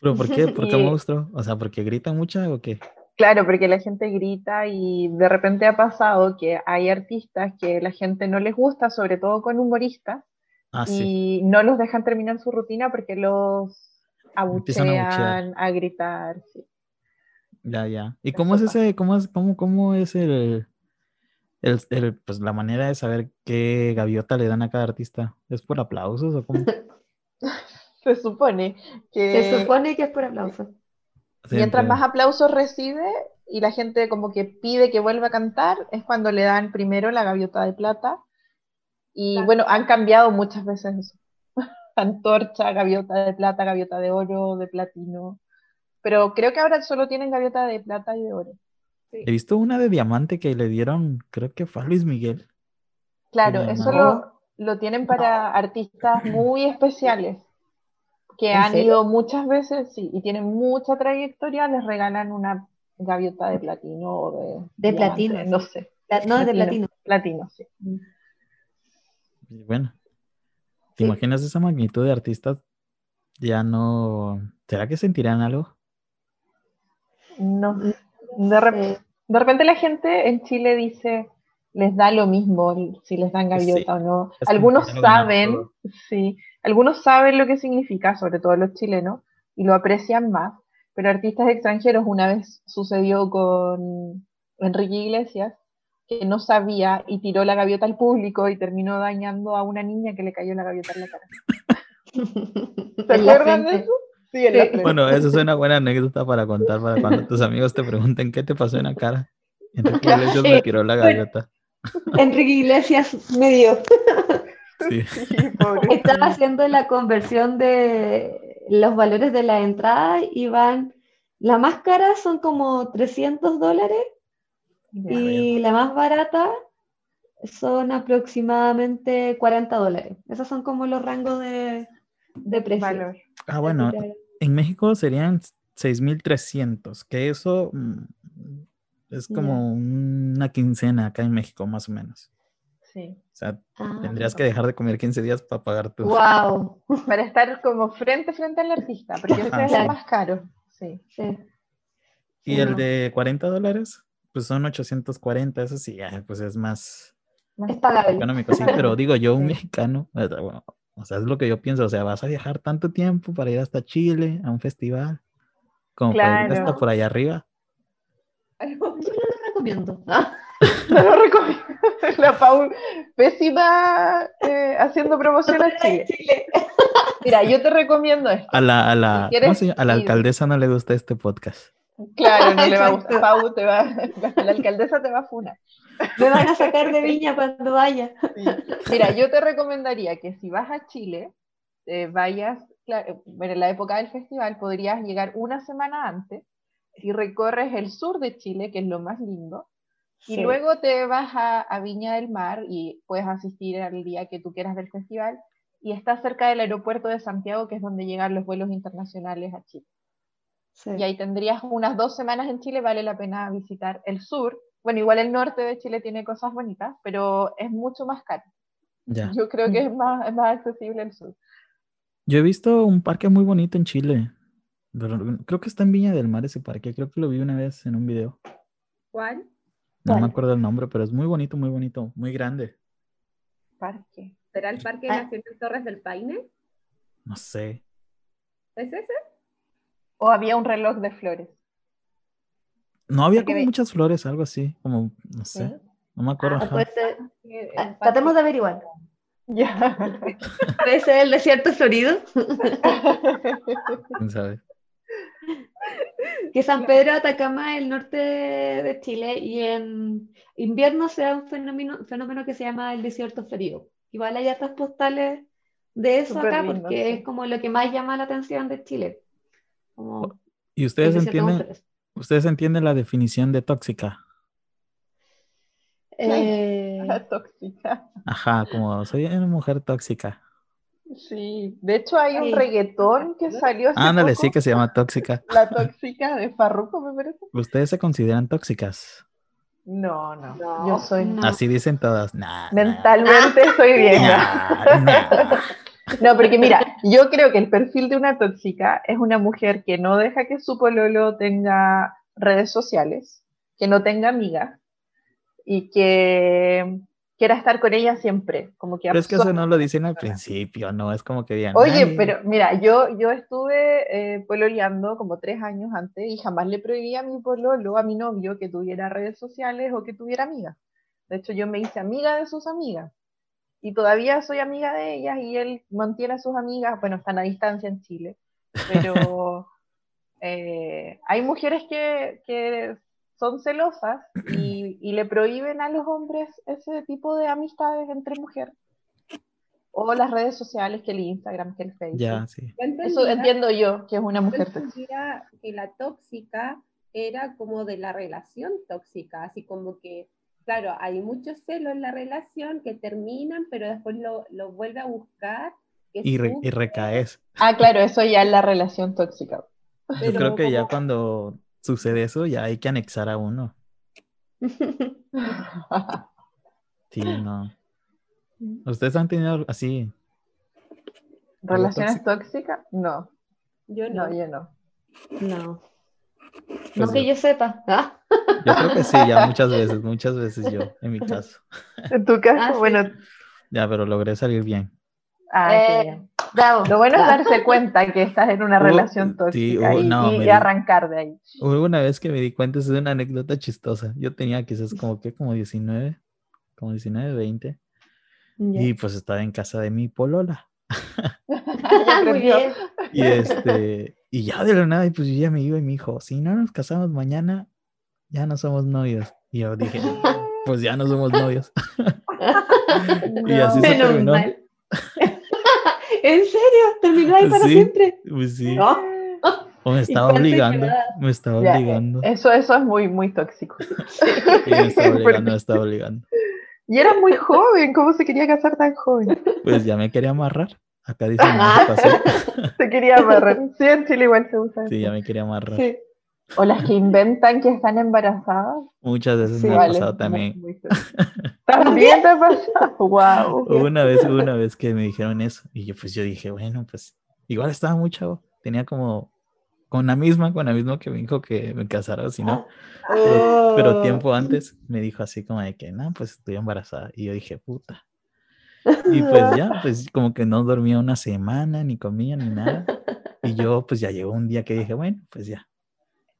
¿Pero por qué? ¿Por qué *laughs* Y- monstruo? O sea, ¿porque gritan mucho o qué? Claro, porque la gente grita y de repente ha pasado que hay artistas que la gente no les gusta, sobre todo con humoristas, Ah, sí. y no los dejan terminar su rutina porque los Empiezan a abuchean, abuchear. a gritar. sí. Ya, ya. ¿Y Eso cómo es pasa. ese, cómo es, cómo, cómo es el, el, el- pues la manera de saber qué gaviota le dan a cada artista? ¿Es por aplausos o cómo? Se supone que Se supone que es por aplauso. mientras Siempre. más aplausos recibe y la gente como que pide que vuelva a cantar, es cuando le dan primero la gaviota de plata. Y Claro. bueno, han cambiado muchas veces eso. *laughs* Antorcha, gaviota de plata, gaviota de oro, de platino. Pero creo que ahora solo tienen gaviota de plata y de oro. He visto una de diamante que le dieron, creo que fue a Luis Miguel. Claro, Pero eso no. lo, lo tienen para artistas muy especiales que ¿En han serio? ido muchas veces sí, y tienen mucha trayectoria, les regalan una gaviota de platino o de De diamante, platino, Mm. no sé, La- no, es de *laughs* platino. platino, sí. Y bueno, ¿te Sí. imaginas esa magnitud de artistas? Ya no. ¿Será que sentirán algo? No, de, rep- Eh, de repente la gente en Chile dice, les da lo mismo el- si les dan Sí, gaviota o no. es como Algunos que ya lo ganaron saben, todo. sí, algunos saben lo que significa, sobre todo los chilenos, y lo aprecian más, pero artistas extranjeros, una vez sucedió con Enrique Iglesias, que no sabía y tiró la gaviota al público y terminó dañando a una niña que le cayó la gaviota en la cara. ¿Se en la acuerdan de frente. eso? Sí, en la Sí. *laughs* frente. Bueno, eso es una buena anécdota para contar para cuando tus amigos te pregunten qué te pasó en la cara. *laughs* Enrique Iglesias me tiró Pues la galleta. Enrique Iglesias me dio. Sí. Sí, pobre. Estaba haciendo la conversión de los valores de la entrada y van. La más cara son como 300 dólares Ya. y la más barata son aproximadamente 40 dólares. Esos son como los rangos de, de precios. Valor. Ah, bueno, Así que- en México serían 6.300, que eso mm, es como una quincena acá en México, más o menos. Sí. O sea, Ah, tendrías que dejar de comer 15 días para pagar tu... Wow. Para estar como frente a frente al artista, porque ese Ajá, es el sí. más caro. Sí. Sí. Y el de 40 dólares, pues son 840, eso sí, ya, pues es más Más Es pagable. económico, sí, pero digo yo, un Sí. mexicano, eh, o sea, bueno, o sea, es lo que yo pienso, o sea, vas a viajar tanto tiempo para ir hasta Chile a un festival, como para ir hasta Claro. por allá arriba. Yo no lo recomiendo. Ah, No lo *laughs* recomiendo. La Paul, pésima eh, haciendo *laughs* promoción a Chile. Chile. Mira, yo te recomiendo esto. A la, a la, ¿cómo quieres se llama? A la ir. alcaldesa no le gusta este podcast. Claro, no le va a gustar. Exacto. Pau te va, *laughs* la alcaldesa te va a funar. Me van a sacar de viña cuando vaya. Sí. Mira, yo te recomendaría que si vas a Chile, eh, vayas, claro, bueno, en la época del festival podrías llegar una semana antes y recorres el sur de Chile, que es lo más lindo, y Sí. luego te vas a, a Viña del Mar y puedes asistir al día que tú quieras del festival, y está cerca del aeropuerto de Santiago, que es donde llegan los vuelos internacionales a Chile. Sí. Y ahí tendrías unas dos semanas en Chile, vale la pena visitar el sur. Bueno, igual el norte de Chile tiene cosas bonitas, pero es mucho más caro. Ya. Yo creo que Mm. es más, es más accesible el sur. Yo he visto un parque muy bonito en Chile, pero no- creo que está en Viña del Mar ese parque, creo que lo vi una vez en un video. ¿Cuál? No me ¿Cuál? acuerdo el nombre, pero es muy bonito, muy bonito, muy grande. Parque. ¿Será el Parque Ah. Nacional Torres del Paine? No sé. ¿Es ese? O había un reloj de flores. No había Porque como ve- muchas flores, algo así, como, no sé, no me acuerdo. Ah, ajá. pues, puede ser- Eh, ah, el tratemos de parque- averiguar. *laughs* Ya. *laughs* ¿Puede ser el desierto florido? ¿Quién sabe? Que San Pedro de Atacama es el norte de Chile y en invierno se da un fenómeno, fenómeno que se llama el desierto florido. Igual hay hartas postales de eso Súper acá lindo, porque sí. es como lo que más llama la atención de Chile. Como ¿Y Oh, el ustedes desierto entienden, de mujeres. ustedes entienden la definición de tóxica? Eh, Tóxica. Ajá, como soy una mujer tóxica. Sí. De hecho, hay un Sí. reggaetón que salió *laughs* hace Ándale, sí poco, que se llama tóxica. La tóxica de Farruko, me parece. ¿Ustedes se consideran tóxicas? No, no. No. Yo soy. No. Así dicen todas. Nah, nah, Mentalmente soy vieja. nah, nah. No, porque mira, yo creo que el perfil de una tóxica es una mujer que no deja que su pololo tenga redes sociales, que no tenga amigas y que quiera estar con ella siempre. Como que Pero es que eso absorbe. no lo dicen al principio, no, es como que digan. Oye, "Ay, pero mira, yo, yo estuve eh, pololeando como tres años antes y jamás le prohibí a mi pololo, a mi novio, que tuviera redes sociales o que tuviera amigas. De hecho, yo me hice amiga de sus amigas. y todavía soy amiga de ellas y él mantiene a sus amigas, bueno, están a distancia en Chile, pero eh, hay mujeres que, que son celosas y, y, le prohíben a los hombres ese tipo de amistades entre mujeres. O las redes sociales, que el Instagram, que el Facebook. Ya, sí. Eso entiendo yo, que es una mujer tóxica. que la tóxica era como de la relación tóxica, así como que, claro, hay muchos celos en la relación que terminan, pero después lo, lo vuelve a buscar. Que y, re, y recaes. Ah, claro, eso ya es la relación tóxica. *laughs* Pero Yo creo que como... ya cuando sucede eso, ya hay que anexar a uno. sí, no. ¿Ustedes han tenido así? ¿Relaciones tóxicas? No. Yo no. yo no. No. Pues no que yo sepa. ¿Ah? Yo creo que sí, ya muchas veces, muchas veces yo, en mi caso. En tu caso, ah, sí. bueno. Ya, pero logré salir bien. Ah, eh, bien. Bravo. Lo bueno es darse cuenta que estás en una uh, relación tóxica sí, uh, y, no, y di... arrancar de ahí. Hubo una vez que me di cuenta, es una anécdota chistosa. Yo tenía quizás como que como 19, como 19, 20. Yeah. Y pues estaba en casa de mi polola. *laughs* Ah, Muy bien. Y este, y ya de la nada, y pues yo ya me iba y me dijo, si no nos casamos mañana, ya no somos novios. Y yo *laughs* dije, pues ya no somos novios. *laughs* no, y así se terminó. Mal. *laughs* ¿En serio? ¿Terminó ahí para sí, siempre? Pues sí. ¿No? O me estaba obligando, me estaba ya, *laughs* obligando. Eso, eso es muy, muy tóxico. Y me estaba obligando, me estaba obligando. Y era muy joven, ¿cómo se quería casar tan joven? Pues ya me quería amarrar. Acá dice ah, *laughs* Se quería amarrar. Sí, en Chile igual se usa. Sí, eso. ya me quería amarrar. Sí. O las que inventan que están embarazadas. Muchas veces sí, me vale, ha pasado también. También *laughs* te ha pasado. Wow. Una vez, una vez que me dijeron eso y yo pues yo dije, bueno, pues igual estaba muy chavo, tenía como con la misma, con la misma que me dijo que me casara, si no. Pero, Oh. pero, tiempo antes me dijo así como de que, no, pues estoy embarazada y yo dije, puta. Y pues ya, pues como que no dormía una semana, ni comía, ni nada. Y yo pues ya llegó un día que dije, bueno, pues ya,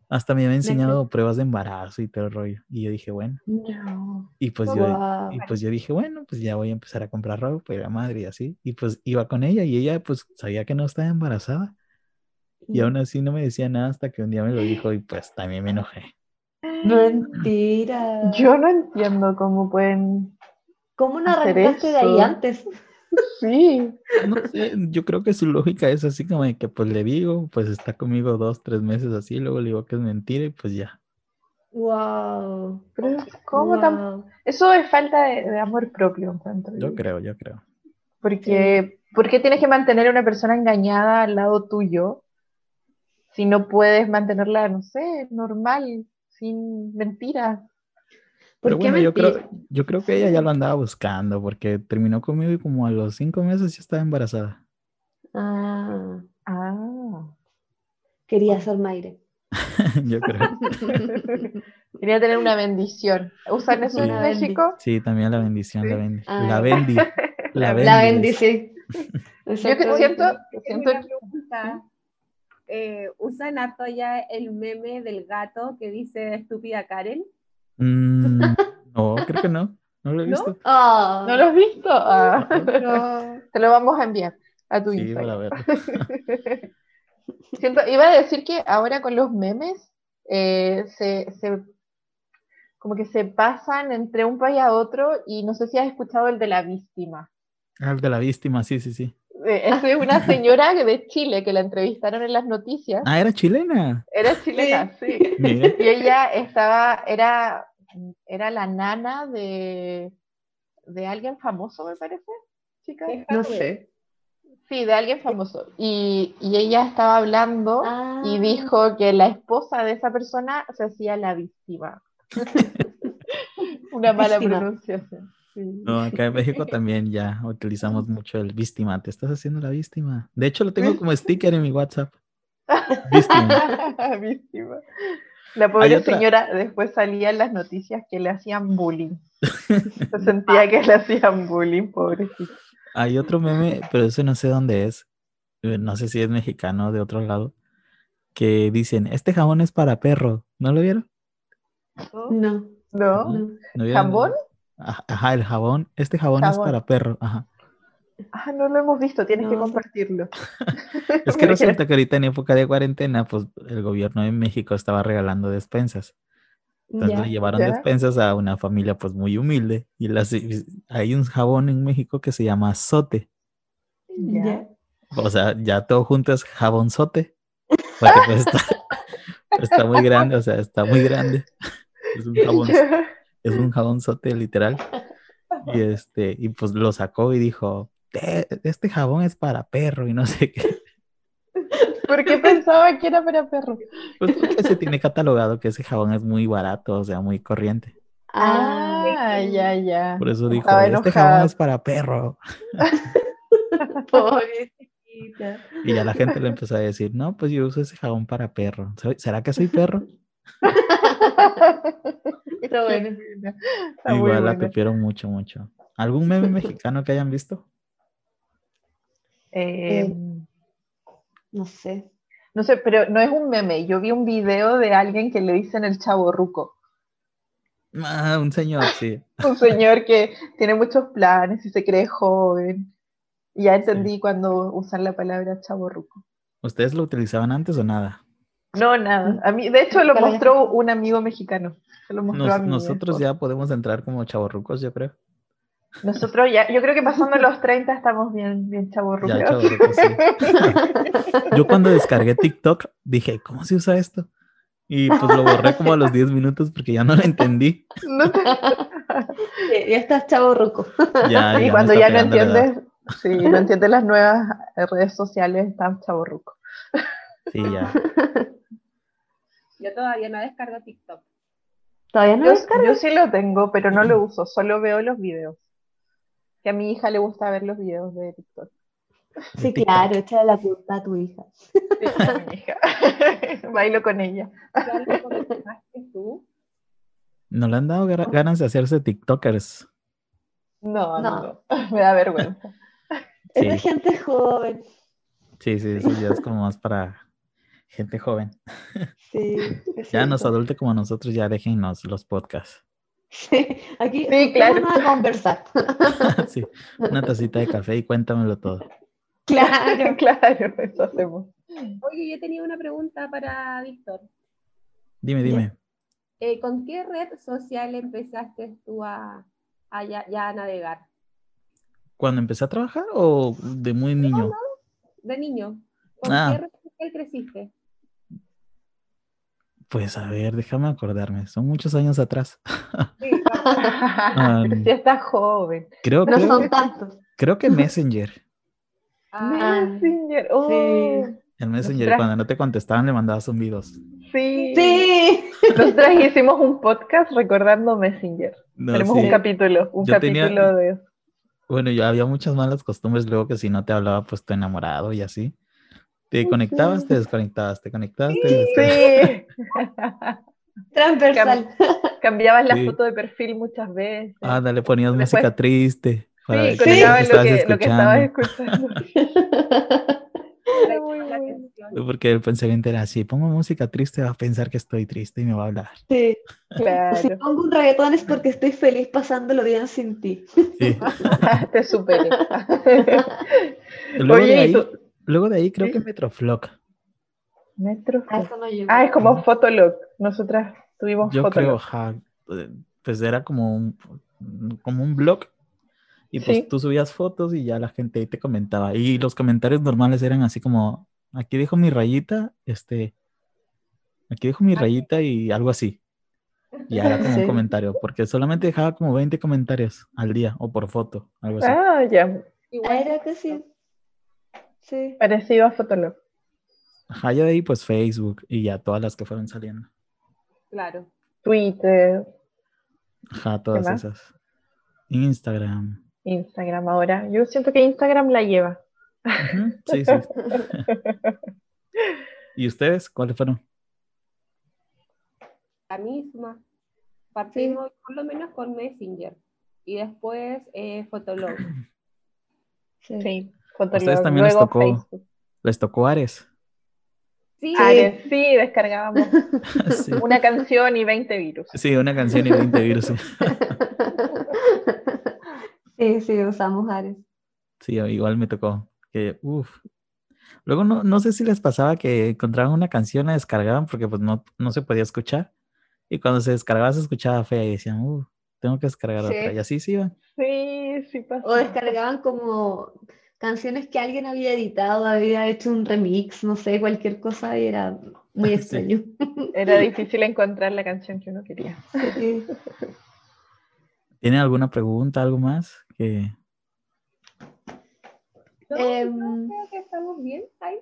hasta me había enseñado ¿Qué? pruebas de embarazo y todo el rollo. Y yo dije, bueno. No. Y, pues wow. yo, y pues yo dije, bueno, pues ya voy a empezar a comprar ropa y la madre y así. Y pues iba con ella y ella pues sabía que no estaba embarazada. Mm. Y aún así no me decía nada hasta que un día me lo dijo y pues también me enojé. Mentira. Yo no entiendo cómo pueden. ¿Cómo no arrancaste de ahí antes? Sí. No sé, yo creo que su lógica es así como de que pues le digo, pues está conmigo dos, tres meses así, luego le digo que es mentira y pues ya. Wow. Pero ¿cómo wow. Tan... Eso es falta de, de amor propio, encuentro. Yo creo, yo creo. Porque, sí. ¿por qué tienes que mantener a una persona engañada al lado tuyo si no puedes mantenerla, no sé, normal, sin mentiras? Pero bueno, yo creo, yo creo que ella ya lo andaba buscando porque terminó conmigo y como a los cinco meses ya estaba embarazada. *laughs* Ah, ah. Quería *laughs* ser Maire. yo *laughs* creo. Quería tener una bendición. ¿Usan eso sí. en México? Sí, también la bendición, ¿Sí? la bendi. Ah. La *laughs* bendi. La bendi, la bendi sí. yo que siento... siento... Eh, ¿Usan harto ya el meme del gato que dice estúpida Karen? Mm, *laughs* no, creo que no. No lo he visto. ¿No, oh, ¿No lo has visto? Ah, *laughs* *laughs* no. Te lo vamos a enviar a tu sí, Instagram. *laughs* *laughs* Siento, iba a decir que ahora con los memes eh, se, se, como que se pasan entre un país a otro y no sé si has escuchado el de la víctima. Eh, Ah, el de la víctima, sí, sí, sí. Es *laughs* una señora de Chile que la entrevistaron en las noticias. Ah, era chilena. Era chilena, sí. sí. Y ella estaba, era, era la nana de, de alguien famoso, me parece, chica. No sé. Sí, de alguien famoso. Y, y ella estaba hablando ah. y dijo que la esposa de esa persona se hacía la *laughs* víctima. una mala víctima. pronunciación. No, acá en México también ya utilizamos mucho el víctima. Te estás haciendo la víctima. De hecho, lo *laughs* tengo como sticker en mi WhatsApp. Víctima. *laughs* víctima. La pobre señora después salía en las noticias que le hacían bullying. Se sentía que le hacían bullying, pobrecita. Hay otro meme, pero ese no sé dónde es. Eh, No sé si es mexicano de otro lado. Que dicen, este jabón es para perro. ¿No lo vieron? Ah, No. ¿No? ¿No, ¿No vieron? ¿Jabón? Ajá, el jabón. Este jabón, es Jabón. para perro. *laughs* Ajá. Ah, no lo hemos visto, tienes que No. compartirlo. *laughs* *laughs* Es que resulta que ahorita en época de cuarentena, pues el gobierno de México estaba regalando despensas. Entonces le Ya. llevaron Ya. despensas a una familia pues muy humilde. Y las, hay un jabón en México que se llama sote. Ya. Ya. O sea, ya todo junto es jabonzote. Porque pues *laughs* está, está muy grande, o sea, está muy grande. Es *laughs* un jabón, es un jabonzote literal. Y este, y pues lo sacó y dijo, "Te- este jabón es para perro y no sé qué. Porque pensaba que era para *laughs* perros. Pues porque se tiene catalogado que ese jabón es muy barato, o sea, muy corriente. Ah, ya, ya. Por eso dijo, Estaba este enojada. jabón es para perro. Pobrecita. Y ya la gente le empezó a decir, no, pues yo uso ese jabón para perro. ¿Soy- ¿Será que soy perro? *laughs* Está bueno. *laughs* Está muy Igual la buena. copiaron mucho, mucho. ¿Algún *laughs* meme mexicano que hayan visto? Eh, Eh. No sé. no sé, pero no es un meme. Yo vi un video de alguien que le dicen el chavo ruco. Ah, un señor, sí. Un señor que tiene muchos planes y se cree joven. Y ya entendí cuando usan la palabra chavo ruco. ¿Ustedes lo utilizaban antes o nada? No, nada. A mí, de hecho, lo Para- mostró un amigo mexicano. Se lo mostró Nos- a mí. nosotros ya podemos entrar como chavorrucos, yo creo. Nosotros ya, yo creo que *laughs* pasando los 30 estamos bien, bien chavorrucos. Ya, chavorrucos, sí. *laughs* Yo cuando descargué TikTok dije, ¿cómo se usa esto? Y pues lo borré como a los 10 minutos porque ya no lo entendí. No te- Ya ya estás chavo ruco. Ya, *laughs* y me cuando está ya no pegando la edad. entiendes, sí, no entiendes las nuevas redes sociales, están chavorrucos. Sí, ya. Yo todavía no descargo TikTok. Todavía no Yo, lo descargo. yo sí lo tengo, pero no lo uso, solo veo los videos. Que a mi hija le gusta ver los videos de *laughs* TikTok. Sí, TikTok. claro, echa la culpa a tu hija. Sí, a mi hija. *laughs* Bailo con ella. Yo algo *laughs* comenté más que tú. No le han dado gra- ganas de hacerse TikTokers. No, no, No. no, *laughs* me da vergüenza. Es de Sí, gente joven. sí, sí, eso ya es como más para gente joven. Sí. Ya nos adultos como nosotros, ya déjennos los podcasts. *laughs* *laughs* Sí, aquí Sí, claro. vamos a conversar. Sí, una tacita de café y cuéntamelo todo. *laughs* Claro. claro, eso hacemos. Oye, yo tenía una pregunta para Víctor. Dime, dime. Eh, ¿Con qué red social empezaste tú a, a ya, ya a navegar? ¿Cuándo empecé a trabajar o de muy niño? De niño. ¿Con Ah. qué red social creciste? Pues a ver, déjame acordarme. Son muchos años atrás. Sí, Am, Si estás joven. creo, No creo, son tantos. creo que Messenger. ah, Messenger, oh, El Messenger, Ostras. cuando no te contestaban, le mandabas zumbidos. sí. Sí. Nosotras hicimos un podcast recordando Messenger. No, Tenemos sí. un capítulo, un Yo tenía- capítulo de... Bueno, yo había muchas malas costumbres luego que si no te hablaba, pues tu enamorado y así. Te conectabas, te desconectabas, te conectabas, te desconectabas. Sí, Transversal. cambiabas la Sí. foto de perfil muchas veces. Ah, dale, ponías Después- música triste. para que sí, lo conectabas lo, estabas que, lo que estabas escuchando. escuchando. *laughs* Era muy la bueno. atención. Porque el pensamiento era, si pongo música triste, va a pensar que estoy triste y me va a hablar. Sí. Si Claro, pongo un reggaetón es porque estoy feliz pasándolo bien sin ti. *laughs* Sí. *laughs* te superé. Luego, de Oye, ¿y ahí, tú? luego de ahí creo Sí. que Metroflog. Metro. A eso no llego. Ah, es como Fotolog. Nosotras tuvimos Yo creo, Fotolog. ajá, eh, pues era como un, como un blog y pues Sí. tú subías fotos y ya la gente ahí te comentaba. Y los comentarios normales eran así como, aquí dejo mi rayita, este, aquí dejo mi rayita y algo así. Y *laughs* era como Sí. un comentario, porque solamente dejaba como 20 comentarios al día o por foto, algo así. Ah, ya, Ah, Igual era que sí. Sí. parecido a Fotolog. Ajá, ya de ahí pues Facebook y ya todas las que fueron saliendo. Claro. Twitter, Ajá, todas más? esas. Instagram. Instagram ahora. Yo siento que Instagram la lleva. Ujú, Sí, sí. *laughs* ¿Y ustedes cuáles fueron? la misma. Partimos por lo menos con Messenger y después eh, Fotolog. *clears throat* Sí. Sí, Fotolog. Ustedes también les Luego tocó. Facebook. Les tocó Ares. *laughs* Sí, Ares, sí, descargábamos Sí, *laughs* una canción y 20 virus. Sí, una canción y 20 virus. *laughs* Sí, sí, usamos Ares. Sí, igual me tocó. Que, uf. Luego no, no sé si les pasaba que encontraban una canción, la descargaban porque pues no, no se podía escuchar. Y cuando se descargaba se escuchaba fea y decían, uf, tengo que descargar Sí. otra. Y así se iban. Sí, sí pasó. O descargaban como canciones que alguien había editado, había hecho un remix, no sé, cualquier cosa y era *laughs* muy Sí. extraño. Era difícil encontrar la canción que uno quería. Sí. ¿Tienen alguna pregunta, algo más? Que... No, Em, creo que estamos bien ahí.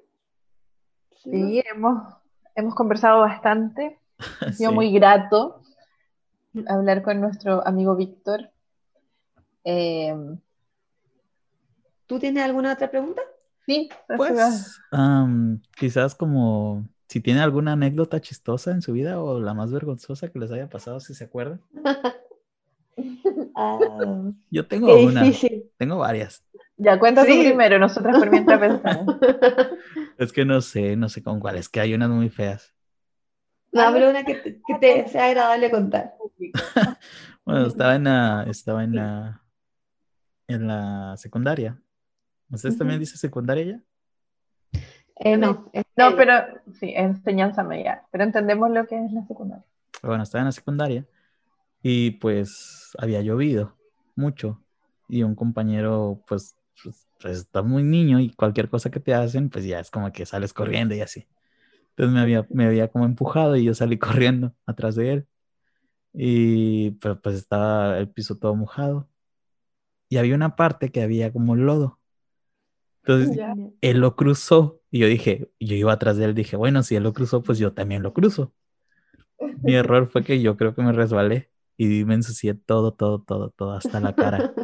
Sí, hemos, hemos conversado bastante. Ha *laughs* sido Sí. muy grato hablar con nuestro amigo Víctor. Eh, ¿Tú tienes alguna otra pregunta? sí, eso iba- Pues, am, quizás como si tiene alguna anécdota chistosa en su vida o la más vergonzosa que les haya pasado, si se acuerdan. *laughs* Ah, Yo tengo qué una, *laughs* difícil. tengo varias. Ya, cuenta tú Sí. primero, nosotras por mientras *laughs* pensamos. Es que no sé, no sé con cuáles, que hay unas muy feas. No, pero una que, te- que te sea agradable contar. Bueno, Ujú. estaba en la, estaba en la, en la secundaria. ¿Ustedes también Ujú. dicen secundaria ya? Eh, no, es No, media. pero sí, enseñanza media. Pero entendemos lo que es la secundaria. Bueno, estaba en la secundaria y pues había llovido mucho y un compañero pues, pues, pues, está muy niño y cualquier cosa que te hacen pues ya es como que sales corriendo y así. Entonces me había, me había como empujado y yo salí *laughs* corriendo atrás de él y pero, pues estaba el piso todo mojado y había una parte que había como lodo. Entonces Ya. *laughs* él lo cruzó y yo dije, yo iba atrás de él, dije, bueno, si él lo cruzó, pues yo también lo cruzo. Mi error fue que yo creo que me resbalé y me ensucié todo, todo, todo, todo, hasta la cara,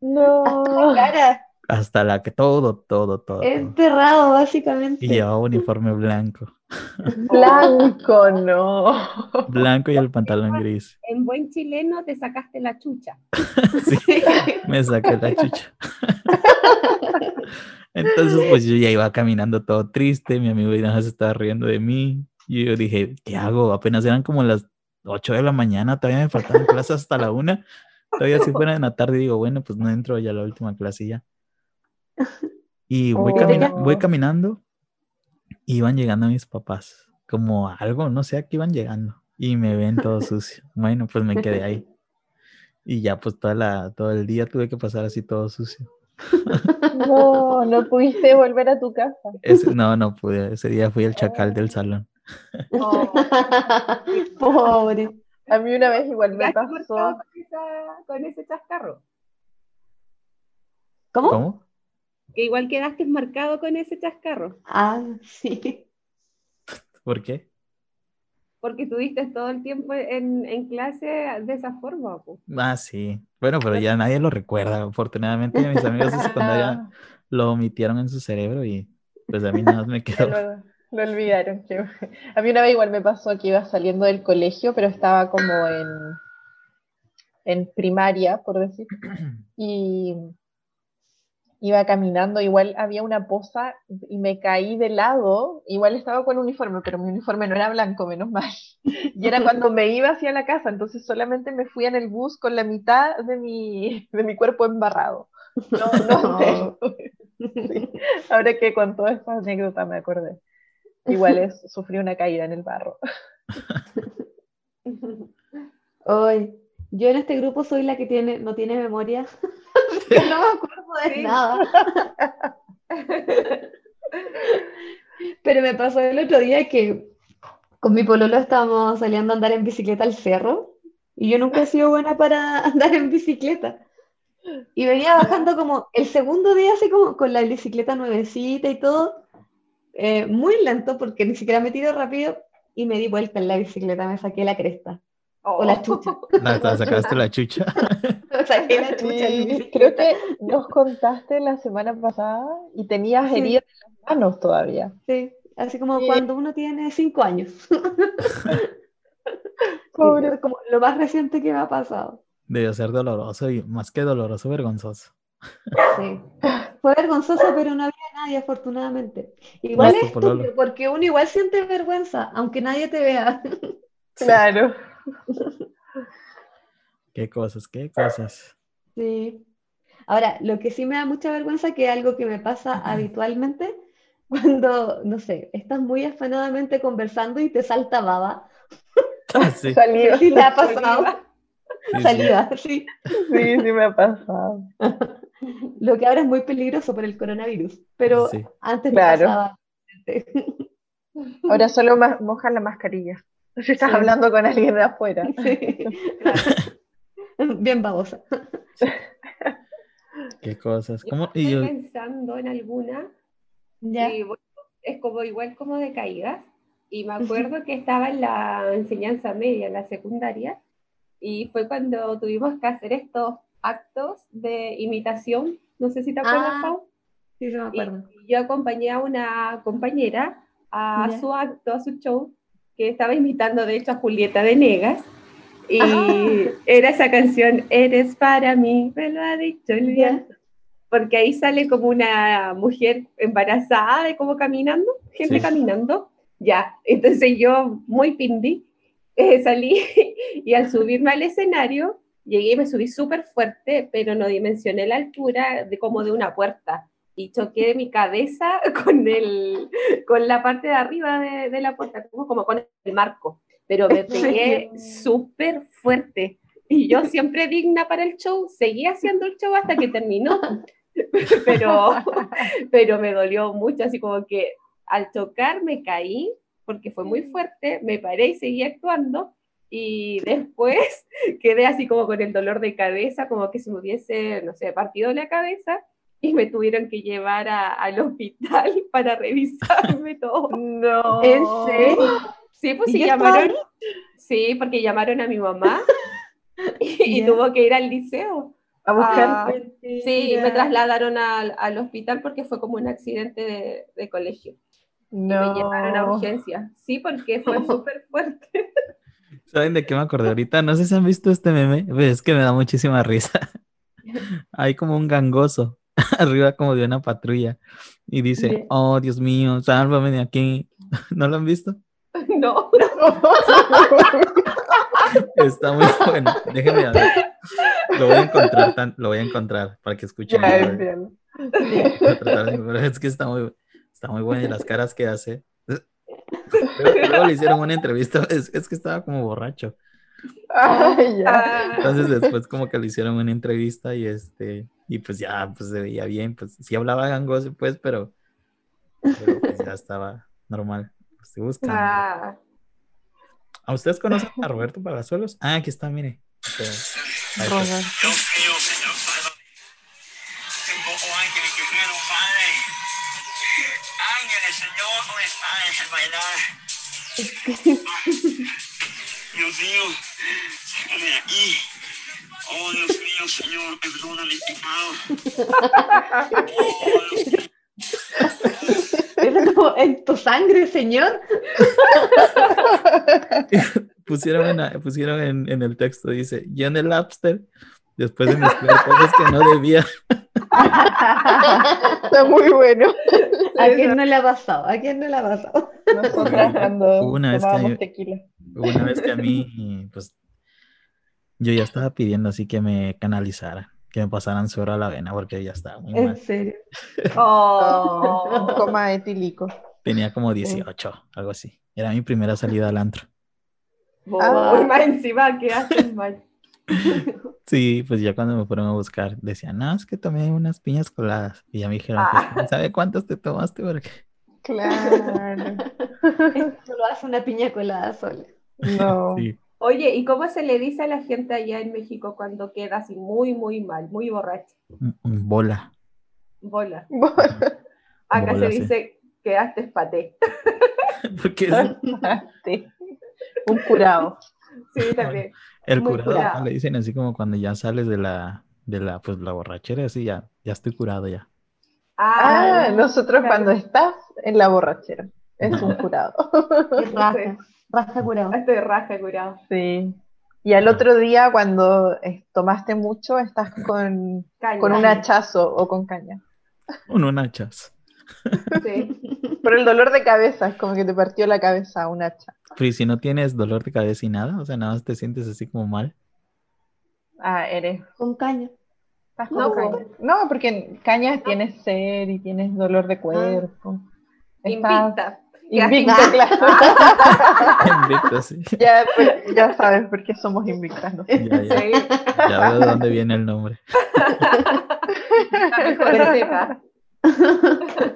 No. Cara, hasta la que todo, todo, todo. todo. enterrado básicamente. Y llevaba uniforme blanco, *laughs* Blanco, no. blanco y el pantalón gris. En buen chileno te sacaste la chucha. Sí, me saqué la chucha. Entonces, pues yo ya iba caminando todo triste, mi amigo ya se estaba riendo de mí. Y yo dije, ¿qué hago? Apenas eran como las 8 de la mañana, todavía me faltaban clases hasta la 1. Todavía si fuera en la tarde, digo, bueno, pues no entro ya a la última clase y ya. Y voy, Oh. camina- voy caminando, y iban llegando mis papás, como algo, no sé, a qué iban llegando. Y me ven todo sucio. Bueno, pues me quedé ahí. Y ya pues toda la, todo el día tuve que pasar así todo sucio. No, no pudiste volver a tu casa. Ese- no, no pude. Ese día fui el chacal del salón. *laughs* Pobre. A mí una vez igual me Ya te cortaba pasó. con, esa- con ese chascarro. ¿Cómo? ¿Cómo? Que igual quedaste marcado con ese chascarro. Ah, sí. *laughs* ¿Por qué? Porque estuviste todo el tiempo en, en clase de esa forma. po. Ah, sí. Bueno, pero ya nadie lo recuerda. Afortunadamente mis amigos de secundaria *laughs* Ah, lo omitieron en su cerebro y pues a mí nada *laughs* más me ya quedó. *laughs* lo, lo olvidaron. qué bueno. A mí una vez igual me pasó que iba saliendo del colegio, pero estaba como en, en primaria, por decir. y iba caminando, igual había una poza y me caí de lado, igual estaba con uniforme, pero mi uniforme no era blanco, menos mal. Y era cuando me iba hacia la casa, entonces solamente me fui en el bus con la mitad de mi, de mi cuerpo embarrado. No, no entero. Ahora que con todas estas anécdotas me acordé. Igual *laughs* es, sufrí una caída en el barro. Hoy, yo en este grupo soy la que tiene, no tiene memoria. *laughs* Yo no me acuerdo de Sí. nada. Pero me pasó el otro día que con mi pololo estábamos saliendo a andar en bicicleta al cerro y yo nunca he sido buena para andar en bicicleta. Y venía bajando como el segundo día así como con la bicicleta nuevecita y todo, eh, muy lento porque ni siquiera me tiro rápido y me di vuelta en la bicicleta, me saqué la cresta o la chucha. *laughs* La- la sacaste la chucha. *laughs* O sea, que la chucha en mi Sí, bicicleta. creo que nos contaste la semana pasada y tenías Sí. heridas en las manos todavía. Sí, así como Sí. cuando uno tiene cinco años. *laughs* Pobre. Es como lo más reciente que me ha pasado. Debió ser doloroso y más que doloroso, vergonzoso. Sí. Fue vergonzoso, pero no había nadie, afortunadamente. Igual Más es tu pololo. estúpido, porque uno igual siente vergüenza, aunque nadie te vea. *laughs* Claro. Qué cosas, *laughs* qué cosas. Sí. Ahora, lo que sí me da mucha vergüenza, que es algo que me pasa habitualmente, *laughs* cuando, no sé, estás muy afanadamente conversando y te salta baba. Ah, sí. Saliva. Sí, te ha pasado. Sí, sí. Saliva, sí. *laughs* Sí, sí me ha pasado. Lo que ahora es muy peligroso por el coronavirus, pero Sí. antes me Claro. pasaba. Ahora solo ma- moja la mascarilla. Si estás Sí. hablando con alguien de afuera. Sí. *laughs* Bien babosa. Qué cosas. Yo ¿Cómo? Y Estoy yo- pensando en alguna Ya. Y bueno, es como igual como de caídas. Y me acuerdo que estaba en la enseñanza media, en la secundaria, y fue cuando tuvimos que hacer estos actos de imitación. No sé si te acuerdas, Ah, Pau. Sí, se me Y acuerdo. yo acompañé a una compañera a Ya. su acto, a su show, que estaba imitando de hecho a Julieta Venegas. Y Ah. era esa canción, Eres para mí, me lo ha dicho el Ya. viento porque ahí sale como una mujer embarazada de como caminando, gente Sí. caminando, ya. Entonces yo, muy pindi, eh, salí *laughs* y al subirme al escenario, llegué y me subí súper fuerte, pero no dimensioné la altura de como de una puerta. Y choqué mi cabeza *laughs* con, el, con la parte de arriba de, de la puerta, como, como con el marco. Pero me pegué súper fuerte. Y yo siempre digna para el show, seguí haciendo el show hasta que terminó *laughs* pero, pero me dolió mucho, así como que al tocar me caí porque fue Mm. muy fuerte, me paré y seguí actuando y después *laughs* quedé así como con el dolor de cabeza, como que se me hubiese, no sé, partido la cabeza y me tuvieron que llevar a- al hospital *laughs* *laughs* para revisarme todo. No. ¿En serio? Sí, pues ¿Y sí ya llamaron. Sí, porque llamaron a mi *laughs* mamá y, y Ya. tuvo que ir al liceo. A buscar. Ah, Sí, me trasladaron al, al hospital porque fue como un accidente de, de colegio. no. Me *laughs* llevaron a urgencia. Sí, porque fue súper fuerte. *laughs* ¿Saben de qué me acordé ahorita? No sé si han visto este meme, pero es que me da muchísima risa. *laughs* Hay como un gangoso *laughs* arriba como de una patrulla y dice, Ya. oh Dios mío, sálvame de aquí. *laughs* ¿No lo han visto? No, Está muy *laughs* bueno. Déjenme a ver. Lo voy a encontrar, tan- lo voy a encontrar para que escuchen. Ya este. Voy entiendo. a tratar de- pero es que está muy, está muy bueno y las caras que hace. *laughs* Luego, luego le hicieron una entrevista, *laughs* es, es que estaba como borracho. Ay, ya. Ah, Entonces después como que le hicieron una entrevista y este, y pues ya, pues se veía bien, pues sí hablaba gangoso pues, pero, pero pues ya estaba normal. Estoy buscando. ah, ¿A ustedes conocen a Roberto Palazuelos? Ah, aquí está, mire. Este, ahí está. Dios mío, señor Padre. Tengo ángeles que quiero, Padre. Ángeles, Señor, no está en enfermedad. Dios mío, sácame de aquí. Oh, Dios mío, Señor, perdona mis pecados. Oh, Dios mío, Era como, en tu sangre, señor. pusieron en, la- pusieron en, en el texto, dice, yo en el Napster, después de mezclar cosas que no debía, Está muy bueno. ¿A quién no le ha pasado? ¿A quién no le ha pasado? Nosotras cuando Hubo una vez que- tomábamos tequila. una vez que a mí, pues, yo ya estaba pidiendo así que me canalizaran, que me pasaran suero a la vena, porque ya estaba muy En mal. serio. *laughs* oh, Coma etílico. Tenía como 18, algo así. Era mi primera salida al antro. oh, más encima que haces mal. Sí, pues ya cuando me fueron a buscar, decían, no, es que tomé unas piñas coladas. Y ya me dijeron, Ah. pues, ¿sabe cuántas te tomaste? Porque... Claro. Esto lo hace una piña colada sola. Oh. No. Sí. Oye, ¿y cómo se le dice a la gente allá en México cuando queda así muy, muy mal, muy borracha? un- un bola. *laughs* Bola. Bueno. Acá Bola, sí. se dice quedaste paté. *laughs* Porque es Sí. *laughs* Un curado. Sí, también. El Muy curado, acá curado. le dicen así como cuando ya sales de la, de la, pues la borrachera, así ya, ya estoy curado ya. Ah, Ah, nosotros claro. cuando estás en la borrachera. Es *laughs* un curado. Es raja, raja curado. estoy raja curado. Sí. Y al otro día, cuando eh, tomaste mucho, estás con, Caña. con un hachazo o con caña. Un un hachas. Sí. *laughs* Por el dolor de cabeza, es como que te partió la cabeza un hacha. Pero ¿y si no tienes dolor de *laughs* cabeza y nada, o sea, nada más te sientes así como mal. Ah, eres. Con caña. Estás No, con caña. No, Ah. porque en caña tienes sed y tienes dolor de cuerpo. Estás Invicta. invicto, Ah. *laughs* claro. Invicto, sí. ya, pues, ya sabes por qué somos invictas, ¿no? Ya, ya, *laughs* Sí, ya veo de dónde viene el nombre. la mejor Pero- cepa.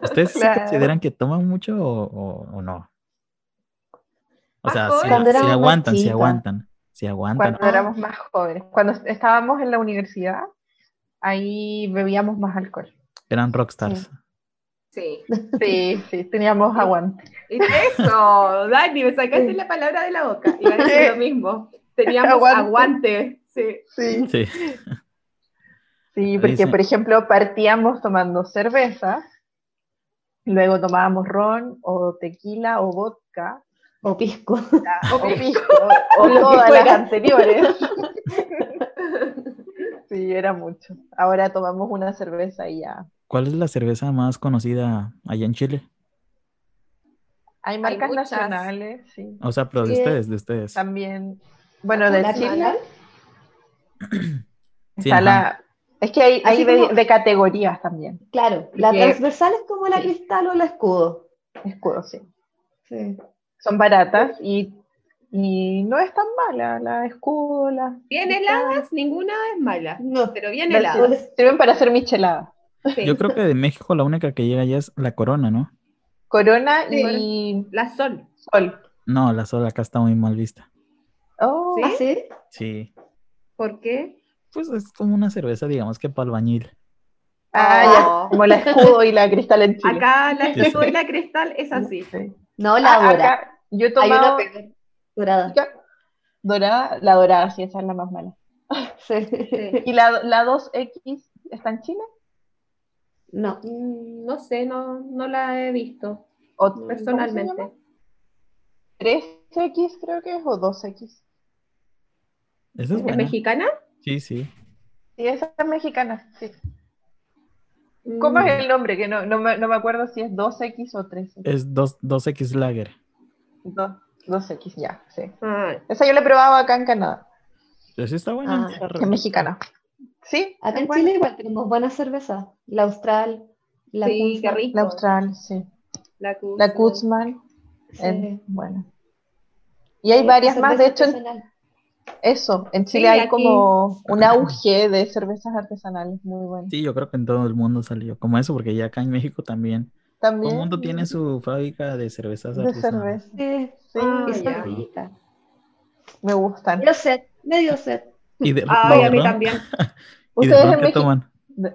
¿Ustedes se Claro. consideran que toman mucho o, o- o no? O sea, Bajo- si, Cuando si era más aguantan, si chica. aguantan, si aguantan. Cuando éramos más jóvenes. Cuando estábamos en la universidad, ahí bebíamos más alcohol. Eran rockstars. Sí. Sí, sí, teníamos aguante. Y Eso, Dani, me sacaste la palabra de la boca. Iba a decir lo mismo. Teníamos Aguante. aguante. Sí. Sí. Sí. Sí, porque Dicen- por ejemplo partíamos tomando cerveza, luego tomábamos ron o tequila o vodka O pisco. *laughs* o pisco o Lo que todas las fuera. *laughs* anteriores. Sí, era mucho. Ahora tomamos una cerveza y ya. ¿Cuál es la cerveza más conocida allá en Chile? Hay marcas muchas. nacionales, sí, O sea, pero de Sí. ustedes, de ustedes. también. Bueno, de La Chile nacional. Sí, está ajá. la... Es que hay, hay Así de, como- de categorías también, Claro, la Porque- transversal es como la sí. cristal o la escudo. escudos, sí. Sí. Son baratas y, y no es tan mala la escudo, la Bien heladas, ninguna es mala. No, Pero bien Gracias. heladas. Sirven para hacer michelada. Sí. Yo creo que de México la única que llega allá es la Corona, ¿no? Corona Sí. y Las son. sol. No, la sola acá está muy mal vista. Oh, ¿Sí? ¿Ah, sí? Sí. ¿Por qué? Pues es como una cerveza, digamos que para albañil. Ah, Oh. ya, como la escudo y la cristal en Chile. Acá la Sí. soy la cristal es así. Sí. No, la Ah, dorada. acá yo he Hay una tomado peor, dorada. acá, dorada, la dorada, sí, esa es la más mala. Sí. Sí. ¿Y la, la 2X está en Chile? *laughs* No. Mm, No sé, no, no la he visto ¿O personalmente. ¿cómo se llama? 3X creo que es o 2X. Sí, Esa es ¿Es buena. mexicana? Sí, sí. esa es mexicana. sí. ¿Cómo Mm, es el nombre? Que no, no, me, no me acuerdo si es 2X o 3X. Es 2, 2X Lager. Do- 2X, ya, sí. ah, Esa yo la he probado acá en Canadá. Pero sí está buena. Ah, está re- Es mexicana. ¿Sí? Acá en Bueno, Chile igual tenemos buenas cervezas. La austral, la sí, Kunza, qué rico. La Austral, sí. La Kuz- La Kutzmann, sí. pues, eh, bueno. Y hay varias más, de hecho, Cerveza en- artesanal. eso, en Sí, Chile hay aquí. como un auge de cervezas artesanales, muy bueno. Sí, yo creo que en todo el mundo salió como eso, porque ya acá en México también. Todo También el mundo tiene su fábrica de cervezas de artesanales. cerveza. Sí, Sí, Ah, y son ya. ricas. me gustan. Medio set, medio set. Y de, Ay, de a mí ron- también. y de Ustedes ron en que México- toman. de-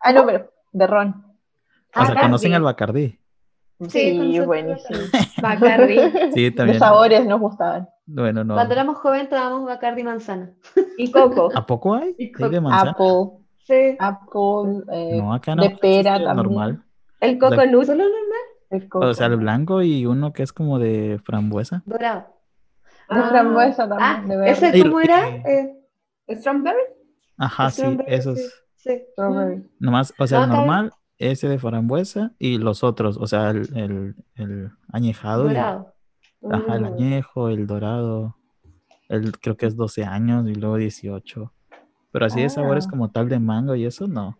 Ah, no, pero de ron. Ah, O sea, Bacardi. conocen al Bacardí. Sí, con Sí, nosotros buenísimo. Bacardi. *laughs* Sí, Los también. sabores nos gustaban. Bueno, no. Cuando éramos jóvenes tomábamos Bacardi manzana. Y Coco. ¿A poco hay? Y ¿Hay de con- manzana? Apple, Sí. apple, eh, No, acá no. ah, de existe pera el también. normal. El Coco La- Nut. Solo normal, el coco. O sea, el blanco y uno que es como de frambuesa. dorado. De Ah, frambuesa también, Ah, de verde. ¿ese Y- cómo era? y- Eh, ¿Strawberry? Ajá, sí, strawberry, sí, esos. sí. Mm, Mm, Strawberry. Nomás, o sea, el No, acá- normal, ese de frambuesa y los otros, o sea, el, el, el añejado. y- Dorado. ajá, el Mm. añejo, el dorado. El, creo que es 12 años y luego 18. Pero así de sabores Ah. como tal de mango y eso, no.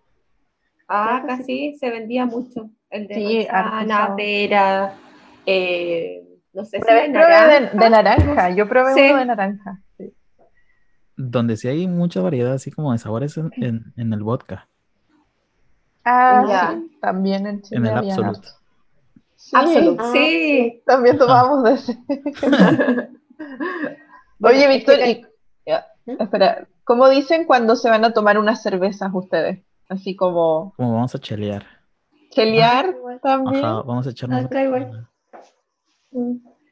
Ah, casi se vendía mucho. El de Sí, manzana, artesanal. pera, eh, no sé si Probé, de probé de, naranja. de naranja, yo probé Sí. uno de naranja. sí. Donde sí hay mucha variedad, así como de sabores en, en- en el vodka. Ah, Ya. sí, también en Chile. En el había Absolut. harto. Sí, Absolut. Ah, Sí. también tomamos de ese. Oye, Víctor, y- ya, ¿Mm? espera, ¿cómo dicen cuando se van a tomar unas cervezas ustedes? Así como Como vamos a chelear. chelear igual. también. Mm, Ajá, vamos a echarnos. Acá igual.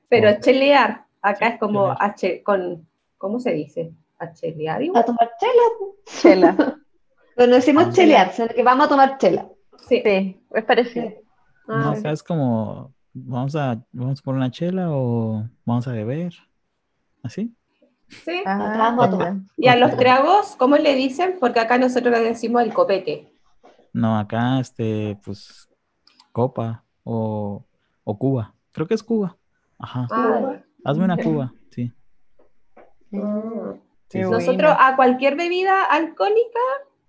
Pero chelear, acá es como Chelear. H, con, ¿cómo se dice? ¿A chelear A Ah, igual? tomar chela. Chela. Pero no Ah. decimos chelear, sino que vamos a tomar chela. Sí. Sí, es parecido. No, Ah, acá es como, vamos a, vamos por una chela o vamos a beber. ¿Así? sí. Ah, vamos a ya. Y a los tragos, ¿cómo le dicen? Porque acá nosotros le decimos el copete. No, acá, este, pues, copa o, o Cuba. Creo que es Cuba. Ajá. Ah, Hazme una Cuba, sí. sí, mm. Qué sí. ah. bueno. Nosotros a cualquier bebida alcohólica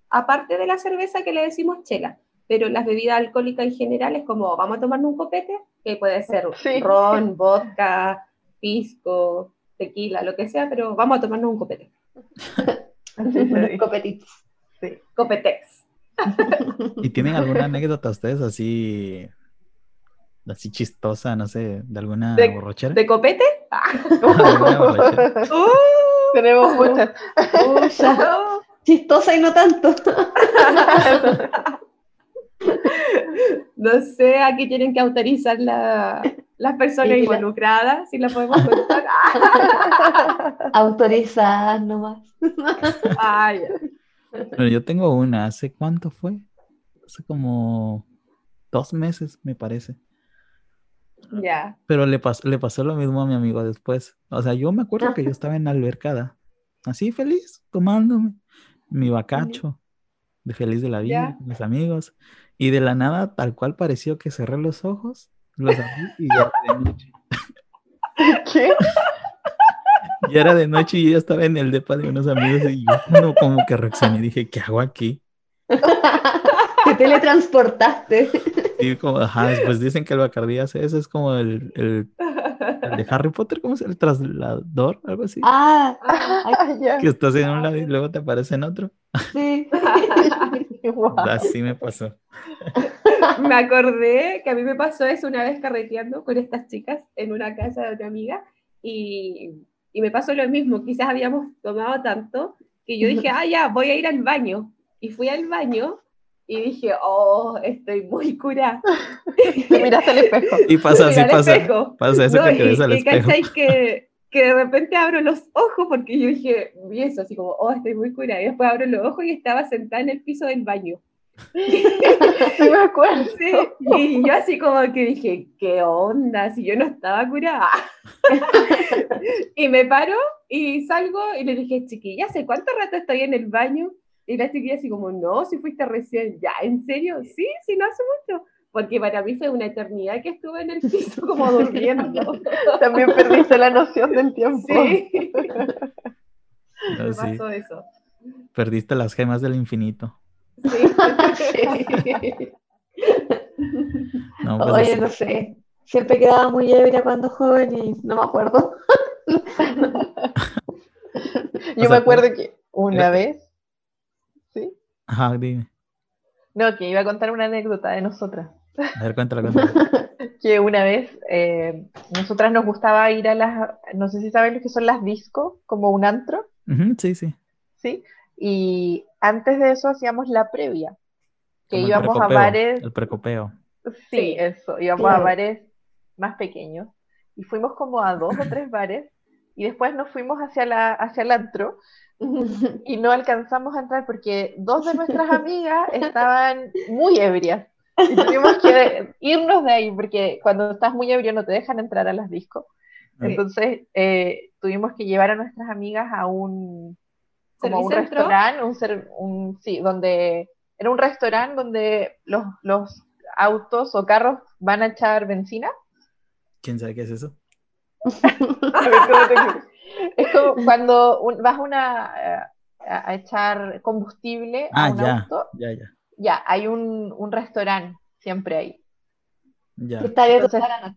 aparte de la cerveza que le decimos chela, pero las bebidas alcohólicas en general es como, vamos a tomarnos un copete, que puede ser Sí. ron, vodka, pisco, tequila, lo que sea, pero vamos a tomarnos un copete. Unos *laughs* copetitos. Copetex. ¿Y tienen alguna anécdota ustedes así, así chistosa, no sé, de alguna De- borrachera? ¿De copete? ¿Eh? Ah, Alguna borrachera. *laughs* uh, Tenemos muchas. ¡Oh, Pucha, chistosa y no tanto. no sé, aquí tienen que autorizar la- las personas Sí, la- involucradas, si las podemos contar. Ah, Autorizadas nomás. *laughs* ah, ya. Bueno, yo tengo una, ¿hace cuánto fue? Hace como dos meses, me parece. Ya. Pero le, pas- le pasó lo mismo a mi amigo después. O sea, yo me acuerdo que yo estaba en la albercada, así feliz, tomándome mi bacacho, de feliz de la vida, Ya. con mis amigos. Y de la nada, tal cual pareció que cerré los ojos, los abrí y ya era de noche. ¿Qué? *laughs* Ya era de noche y yo estaba en el depa de unos amigos y yo como- como que reaccioné y dije, ¿qué hago aquí? Te teletransportaste. Y como, ajá, pues dicen que el Bacardí hace eso, es como el, el- el de Harry Potter, ¿cómo se llama? El traslador, algo así. Ah, Ah, ya. que estás en un lado y luego te aparece en otro. sí. Guau. Así me pasó. Me acordé que a mí me pasó eso una vez carreteando con estas chicas en una casa de una amiga y, y me pasó lo mismo. Quizás habíamos tomado tanto que yo dije, ah, ya, voy a ir al baño. Y fui al baño y dije, oh, estoy muy curada. *laughs* Te miraste al espejo. Y pasa Mira así, al pasa. espejo. Pasa eso No, que te y- ves al y espejo. cachai *laughs* que, que de repente abro los ojos porque yo dije, vi eso, así como, oh, estoy muy curada. Y después abro los ojos y estaba sentada en el piso del baño. Sí, *laughs* me acuerdo. Sí, y yo así como que dije, ¿qué onda? Si yo no estaba curada. y me paro y salgo y le dije, chiquilla, ¿hace cuánto rato estoy en el baño? Y la chiquilla así como, no, si fuiste recién, ya, ¿en serio? Sí, sí, no hace mucho. Porque para mí fue una eternidad que estuve en el piso como durmiendo. *laughs* También perdiste la noción del tiempo. Sí, No, me Ah, sí, pasó eso. perdiste las gemas del infinito. Sí. No, pues, Oye, así- no sé. Siempre quedaba muy ebria cuando joven y no me acuerdo. O Yo sea, me acuerdo que una era- vez, ¿sí? Ajá, dime. No, que iba a contar una anécdota de nosotras. A ver, cuéntala, cuéntala. Que una vez, eh, nosotras nos gustaba ir a las, no sé si saben lo que son las discos, como un antro, Ujú, sí, sí. ¿sí? Y antes de eso hacíamos la previa, que Como el íbamos a precopeo, bares, El precopeo. sí, Sí. eso, íbamos a Claro. bares más pequeños. Y fuimos como a dos o tres bares, y después nos fuimos hacia, la, hacia el antro, y no alcanzamos a entrar porque dos de nuestras amigas estaban muy ebrias. Y tuvimos que irnos de ahí porque cuando estás muy ebrio no te dejan entrar a las discos. Sí. Entonces eh, tuvimos que llevar a nuestras amigas a un, como a un ¿Servicentro? restaurante, un ser- un- sí, donde era un restaurante donde los, los autos o carros van a echar benzina. ¿Quién sabe qué es eso? A ver, ¿cómo te- *laughs* Es como cuando un- vas a una, eh, a, a echar combustible a Ah, un ya. auto Ya, ya. ya, hay un, un restaurante siempre ahí. Ya. Está abierto Entonces, toda la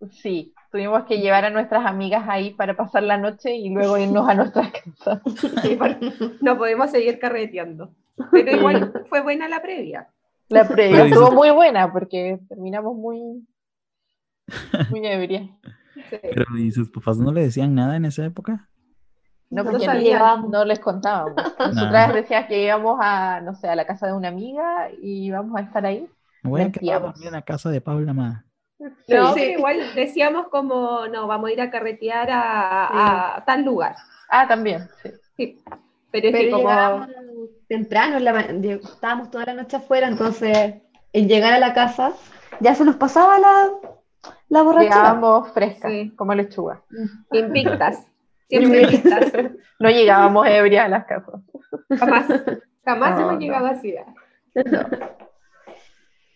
noche. Sí, tuvimos que llevar a nuestras amigas ahí para pasar la noche y luego irnos a nuestras casas. Sí, porque no podemos seguir carreteando. Pero igual fue buena la previa. *laughs* La previa Pero dices- estuvo muy buena porque terminamos muy, muy ebria. Sí. Pero ¿y sus papás no le decían nada en esa época? No, No porque sabía. no, no les contábamos. Nosotras Nah. decías que íbamos a, no sé, a la casa de una amiga y íbamos a estar ahí. Me voy a quedar a Mentíamos. dormir en la casa de Paula Amada. No, Sí. pero igual decíamos como, no, vamos a ir a carretear a, a tal lugar. Ah, también, sí. Sí. Pero es que Pero como... llegábamos temprano, en la ma- lleg- estábamos toda la noche afuera, entonces en llegar a la casa ya se nos pasaba la, la borrachera. Llegábamos frescas, Sí. como lechuga. Invictas. Siempre invictas. No llegábamos ebrias a las casas. Jamás. Jamás No, hemos no. llegado así.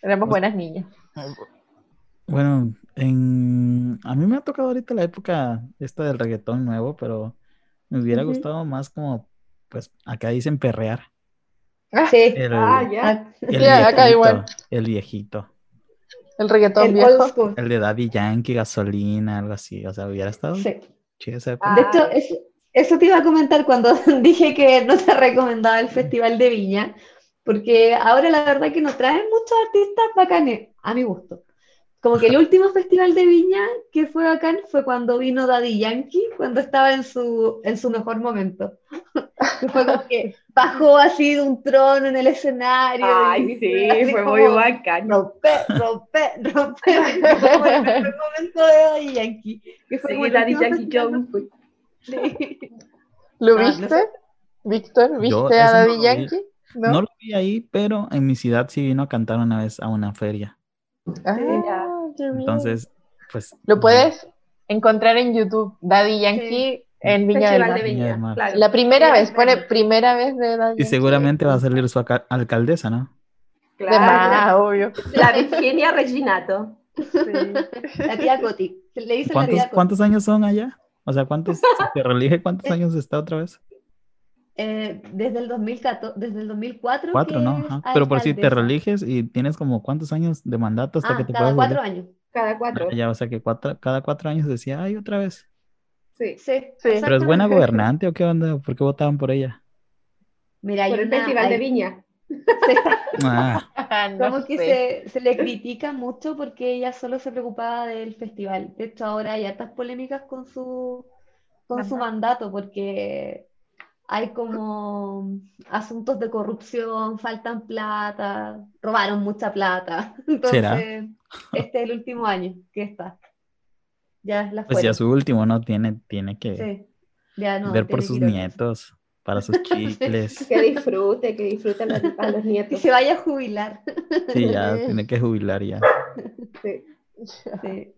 Éramos buenas niñas. Bueno, en... a mí me ha tocado ahorita la época esta del reggaetón nuevo, pero me hubiera Ujú. gustado más como, pues acá dicen perrear. Sí, El, Ah, ya. ah, el ya, acá viejito, igual. el viejito. El reggaetón el viejo. old school. El de Daddy Yankee, gasolina, algo así. O sea, hubiera estado Sí. chido esa época. Ah, De hecho, es- eso te iba a comentar cuando *laughs* dije que no te recomendaba el Festival de Viña, porque ahora la verdad que nos traen muchos artistas bacanes, a mi gusto. Como que el último Festival de Viña que fue bacán fue cuando vino Daddy Yankee, cuando estaba en su, en su mejor momento. *laughs* Que Fue como que bajó así de un trono en el escenario. Ay, y- sí, así fue como, muy bacán. Rompe, rompe, rompe. *laughs* Fue el mejor momento de Daddy Yankee. Que fue como Sí, el Daddy último Yankee festival Jones. Sí. ¿Lo No, no viste? sé. Víctor, ¿viste Yo a eso no Daddy lo vi. Yankee? No. ¿no? lo vi ahí, pero en mi ciudad sí vino a cantar una vez a una feria. Ah, Mira. qué bien. Entonces, pues. Lo puedes encontrar en YouTube, Daddy Yankee en Viña del Festival de Mar. Viña del Viña, Mar. claro. La primera Viña vez, del pone Mar. primera vez de Daddy Y Yankee. seguramente va a salir su aca- alcaldesa, ¿no? De Claro, más, obvio. la Virginia Reginato. *laughs* La tía Coti. Se Le dicen la ¿Cuántos, tía Coti. cuántos años son allá? O sea, *laughs* ¿cuántos, si te relige, cuántos años está otra vez? Eh, desde, el 2014, desde el 2004. Cuatro, que ¿no? es Ajá. Pero por si te alcaldesa. religes y tienes como cuántos años de mandato hasta Ah, que te cada puedas volver. cuatro años. Cada cuatro. Ah, ya, o sea que cuatro, cada cuatro años decía, ay, otra vez. Sí. Sí, ¿Pero es buena exactamente. gobernante o qué onda? ¿Por qué votaban por ella? Mira, hay Por el una- Festival de hay- Viña. se- Ah, *laughs* *laughs* No como que sé. se, se le critica mucho porque ella solo se preocupaba del festival. De hecho, ahora hay hartas polémicas con su, con su Ajá. mandato porque hay como asuntos de corrupción, faltan plata, robaron mucha plata. *laughs* Entonces, ¿Será? este es el último año que está. Ya es la pues ya fuera. su último, ¿no? Tiene, tiene que Sí. Ya no, ver por tiene sus que ir a- nietos, para *laughs* sus chicles. Que disfrute, que disfruten a, los- a los Que nietos. se vaya a jubilar. Sí, ya tiene que jubilar ya. Sí. Sí.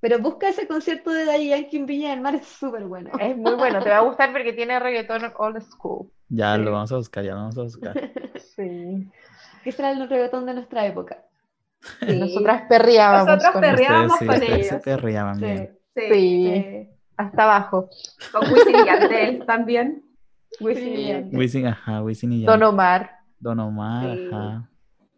Pero busca ese concierto de Daddy Yankee en Viña del Mar, es súper bueno. Es muy bueno, te va a gustar porque tiene reggaetón old school. Ya Sí. lo vamos a buscar, ya lo vamos a *laughs* buscar. Sí. Que será el reggaetón de nuestra época. Sí. Nosotras perreábamos. Nosotras con perreábamos. Ustedes Perreábamos sí, con ustedes se ellos. perreaban bien. Sí. Sí, sí, hasta abajo. Con Wisin y Yandel también. Wisin Sí. y Yandel. Wisin, ajá, Wisin y Don Yandel. Omar. Don Omar, Sí. ajá.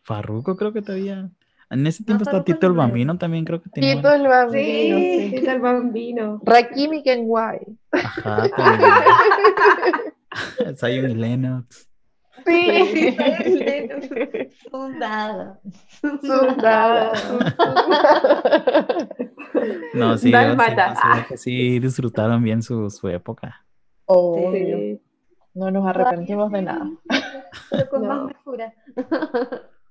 Farruko creo que todavía. En ese tiempo está Farruko Tito el no era. Bambino también creo que tenía. Tito el Bambino. Sí, Sí. es el *laughs* bambino. Rakimi Kenway. Ajá, también. *laughs* Zion Lennox. Sí, *laughs* Sí. Zion Lennox. Sundada. Sundada. No, sí, yo sí, Dálmata. considero que sí disfrutaron bien su, su época. Obvio. Sí. No nos arrepentimos de nada. Pero con No. más mejora.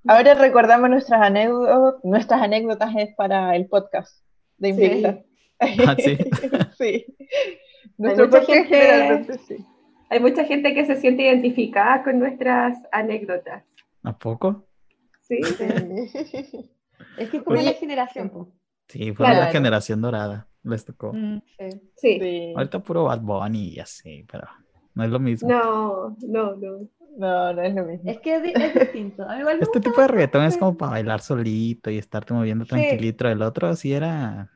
Ahora recordamos nuestras anécdotas, nuestras anécdotas es para el podcast de Invicta. Ah, sí. *laughs* Sí. Nuestro mucha podcast gente- generalmente sí. Hay mucha gente que se siente identificada con nuestras anécdotas. ¿A poco? Sí. Sí. Es que es como Oye. la generación. po. Sí, fueron la Claro. generación dorada. Les tocó. Mm, sí. Sí. Ahorita puro Bad Bunny y así, pero no es lo mismo. No, no, no. No, no es lo mismo. Es que es, di- es distinto. A mí igual me Este gusta tipo de reggaetón es sí. como para bailar solito y estarte moviendo Sí. tranquilito. El otro sí era,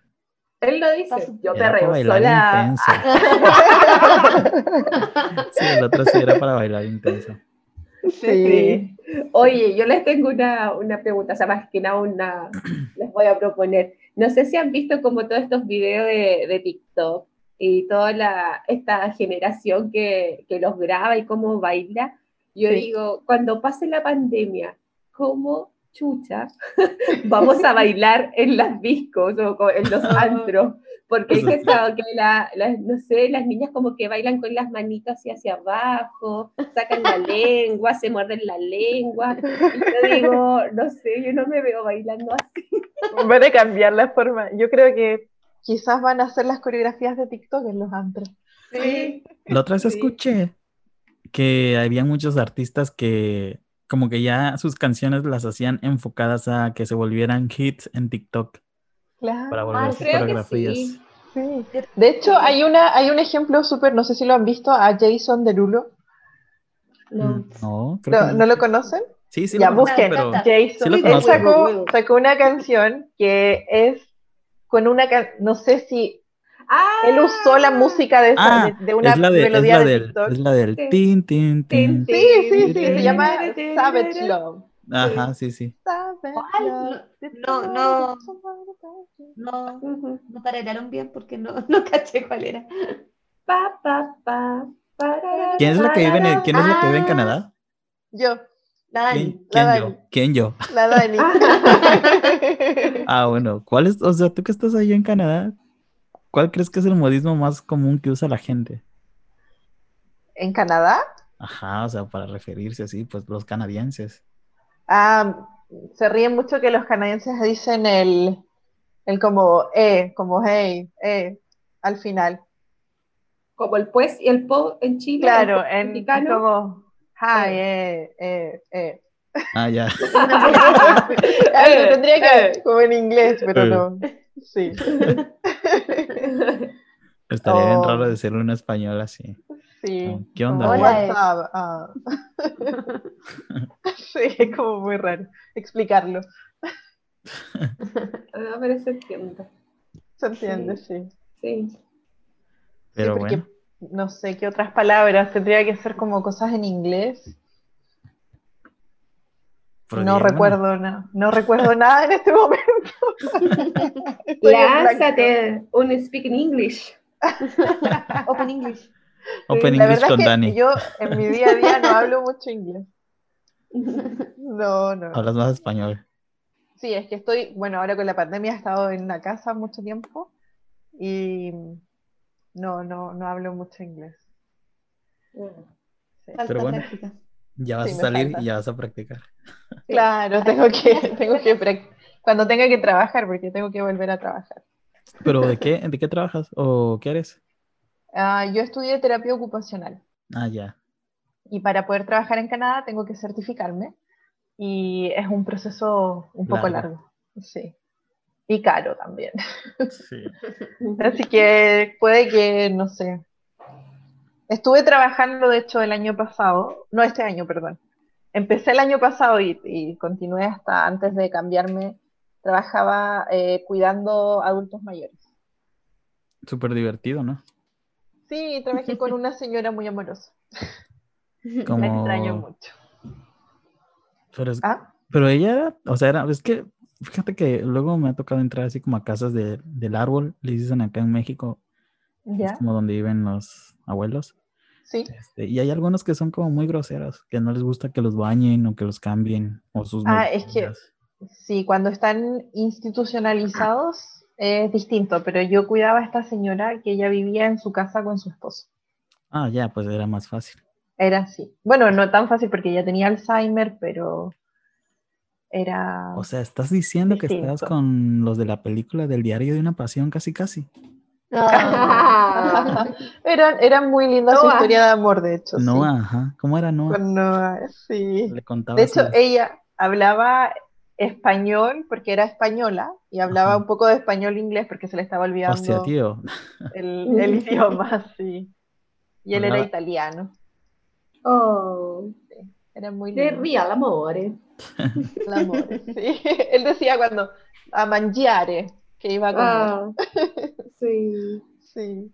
Él lo dice. Paso. Yo era para perreo bailar sola. intenso. Sí, el otro sí era para bailar intenso. Sí. Oye, yo les tengo una, una pregunta, o sea, más que nada una, les voy a proponer. No sé si han visto como todos estos videos de, de TikTok y toda la, esta generación que, que los graba y cómo baila. Yo Sí. digo, cuando pase la pandemia, ¿cómo chucha *laughs* vamos a bailar en las discos o co- en *laughs* los antros? Porque he Eso sí. pensado que la- las, no sé, las niñas como que bailan con las manitas y hacia abajo, sacan la lengua, se muerden la lengua. Y yo digo, no sé, yo no me veo bailando así. Van a cambiar la forma. Yo creo que quizás van a hacer las coreografías de TikTok en los antros. Sí, La otra vez Sí. escuché que había muchos artistas que como que ya sus canciones las hacían enfocadas a que se volvieran hits en TikTok Claro. para volver Ah, sus creo que coreografías. sí. Sí. De hecho, hay una, hay un ejemplo súper, no sé si lo han visto, a Jason Derulo. Mm, No, creo ¿No, que no lo conocen? Sí, sí, Ya, lo conozco, busquen. pero Sí Jason. lo Él conozco. sacó, sacó una canción que es con una, can- no sé si Ah, Él usó la música de, esa- Ah, de, de una es la, de- es melodía la de, del, TikTok. es la del Sí. tin, tin, tin. Sí, sí, sí, se Sí. llama Savage Love. Ajá, sí, sí. Savage ¿Cuál? Love. No, no. No, ujú. no tararearon bien porque no, no caché cuál era. Pa, pa, pa, parara, ¿Quién es la que vive en, el- parara. ¿quién es la que vive en Ah. Canadá? Yo, La Dani. ¿Quién, quién Ah, la yo? Dani. ¿Quién yo? la Dani. *laughs* Ah, bueno, ¿cuál es? O sea, tú que estás ahí en Canadá, ¿cuál crees que es el modismo más común que usa la gente? *laughs* ¿En Canadá? Ajá, o sea, para referirse así, pues los canadienses. Ah, se ríen mucho que los canadienses dicen el, el como, eh, como hey, eh, al final. Como el pues y el po en Chile. Claro, el en mexicano. como, hi, eh, eh, eh. *laughs* Ah, ya. *laughs* Eh, Ah, lo tendría que, como en inglés, pero Eh. no. Sí. *laughs* Estaría bien Oh. raro decirlo en español así. Sí. ¿Qué onda, Como, "What's güey? up?", ah. eh. *laughs* sí, es como muy raro explicarlo. Ah, pero se entiende. Se entiende, sí. Sí. Pero Sí, porque bueno. No sé qué otras palabras. Tendría que ser como cosas en inglés. pero no bien, bueno. recuerdo nada. No recuerdo nada en este momento. Estoy en blanco. Lánzate un speak in English. *laughs* Open English. *laughs* Open La English verdad con es que Dani. yo en mi día a día *laughs* no hablo mucho inglés. No, no. Hablas más español. Sí, es que estoy, bueno, ahora con la pandemia he estado en la casa mucho tiempo y no, no, no hablo mucho inglés. Sí. Falta Pero bueno. práctica. Ya vas Sí, a me salir falta. y ya vas a practicar. Claro, tengo que, tengo que prac- cuando tenga que trabajar, porque tengo que volver a trabajar. ¿Pero de qué, de qué trabajas o qué eres? Ah, yo estudié terapia ocupacional. Ah, *laughs* ya. y para poder trabajar en Canadá tengo que certificarme y es un proceso un poco Largo. largo, sí, y caro también. *laughs* Sí. Así que puede que, no sé. Estuve trabajando, de hecho, el año pasado, no este año, perdón. Empecé el año pasado y, y continué hasta antes de cambiarme. Trabajaba eh, cuidando adultos mayores. Súper divertido, ¿no? Sí, trabajé con una señora muy amorosa. La extraño Como... mucho. Pero, es- ¿Ah? pero ella era, o sea, era, es que, fíjate que luego me ha tocado entrar así como a casas de- del árbol, le dicen acá en México, es ¿Ya? como donde viven los abuelos. Sí. Este, y hay algunos que son como muy groseros, que no les gusta que los bañen o que los cambien o sus... Ah, es que- medicinas. Sí, cuando están institucionalizados es distinto, pero yo cuidaba a esta señora que ella vivía en su casa con su esposo. Ah, ya, pues era más fácil. Era así. Bueno, no tan fácil porque ella tenía Alzheimer, pero era... O sea, estás diciendo que estás Distinto. con los de la película del diario de una pasión, casi, casi. Ah, *laughs* Era, era muy linda su Noah. historia de amor, de hecho. Pues sí. Noah, ajá. ¿Cómo era Noah? Con Noah, sí. Le contaba. De hecho, sus- ella hablaba español porque era española y hablaba Ajá. un poco de español e inglés porque se le estaba olvidando. Hostia, tío. el, el *laughs* idioma, sí. Y él era Hablaba- italiano. Oh, Era muy de lindo real amore. el amor, sí. *laughs* Él decía cuando a mangiare que iba a comer. Ah, sí. Sí,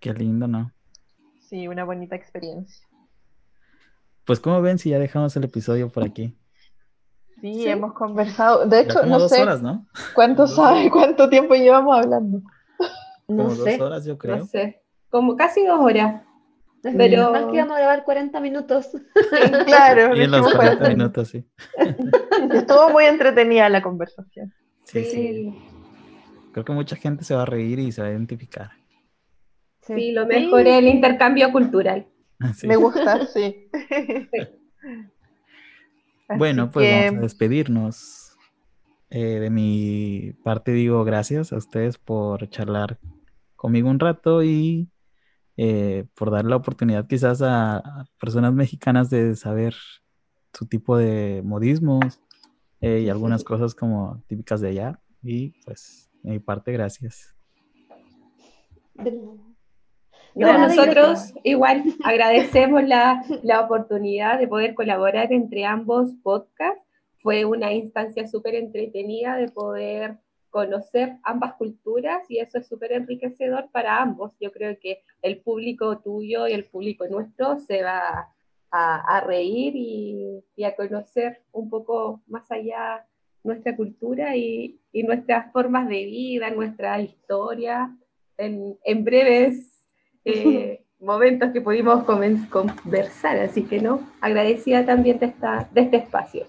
Qué lindo, ¿no? sí, una bonita experiencia. Pues como ven, si ya dejamos el episodio por aquí. Sí, hemos conversado. De Ya hecho, como no dos sé horas, ¿no? cuánto Dos sabe horas. cuánto tiempo llevamos *laughs* hablando. no como sé. dos horas, yo creo. No sé. Como casi dos horas. Pero- Más que íbamos a grabar 40 minutos. Claro, y en los 40 dijimos cuánto- minutos, sí. estuvo muy entretenida la conversación. Sí, sí. Creo que mucha gente se va a reír y se va a identificar. *laughs* Sí, lo mejor Sí. es el intercambio cultural. Sí. *laughs* Me gusta, sí. Así Bueno, pues que- vamos a despedirnos. Eh, de mi parte digo gracias a ustedes por charlar conmigo un rato y eh, por dar la oportunidad quizás a, a personas mexicanas de saber su tipo de modismos eh, y algunas cosas como típicas de allá. Y pues de mi parte gracias. De nada. No, Gracias. nosotros igual agradecemos la, la oportunidad de poder colaborar entre ambos podcasts. Fue una instancia súper entretenida de poder conocer ambas culturas y eso es súper enriquecedor para ambos. Yo creo que el público tuyo y el público nuestro se va a, a reír y, y, a conocer un poco más allá nuestra cultura y, y nuestras formas de vida, nuestra historia, en, en breves eh, momentos que pudimos conversar. Así que no, agradecida también de, esta, de este espacio.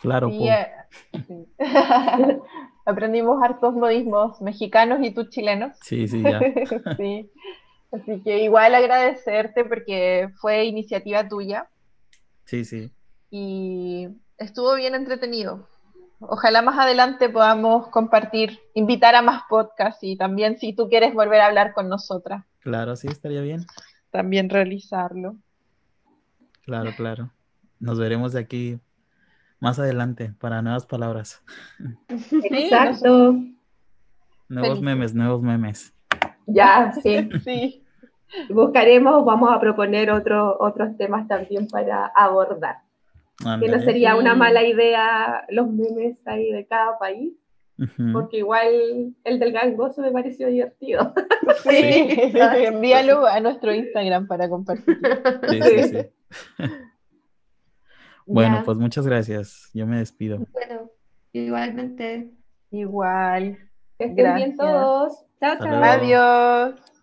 Claro. Sí, eh, sí. *laughs* Aprendimos hartos modismos mexicanos y tú chilenos. Sí, sí, *laughs* ya. *laughs* sí. Así que igual agradecerte porque fue iniciativa tuya. Sí, sí. Y estuvo bien entretenido. Ojalá más adelante podamos compartir, invitar a más podcasts y también si tú quieres volver a hablar con nosotras. Claro, sí, estaría bien. También realizarlo. Claro, claro. Nos veremos de aquí más adelante para nuevas palabras. Exacto. nuevos Feliz. memes, nuevos memes. Ya, sí. sí. Buscaremos, vamos a proponer otro, otros temas también para abordar. Andale. Que no sería una mala idea los memes ahí de cada país, uh -huh. *laughs* porque igual el del gangoso me pareció divertido. Sí, sí. *laughs* envíalo a nuestro Instagram para compartir. Sí, sí, sí. Bueno, ya. pues muchas gracias. Yo me despido. Bueno, igualmente. Igual. Que estén gracias. bien todos. Chao, chao. Adiós.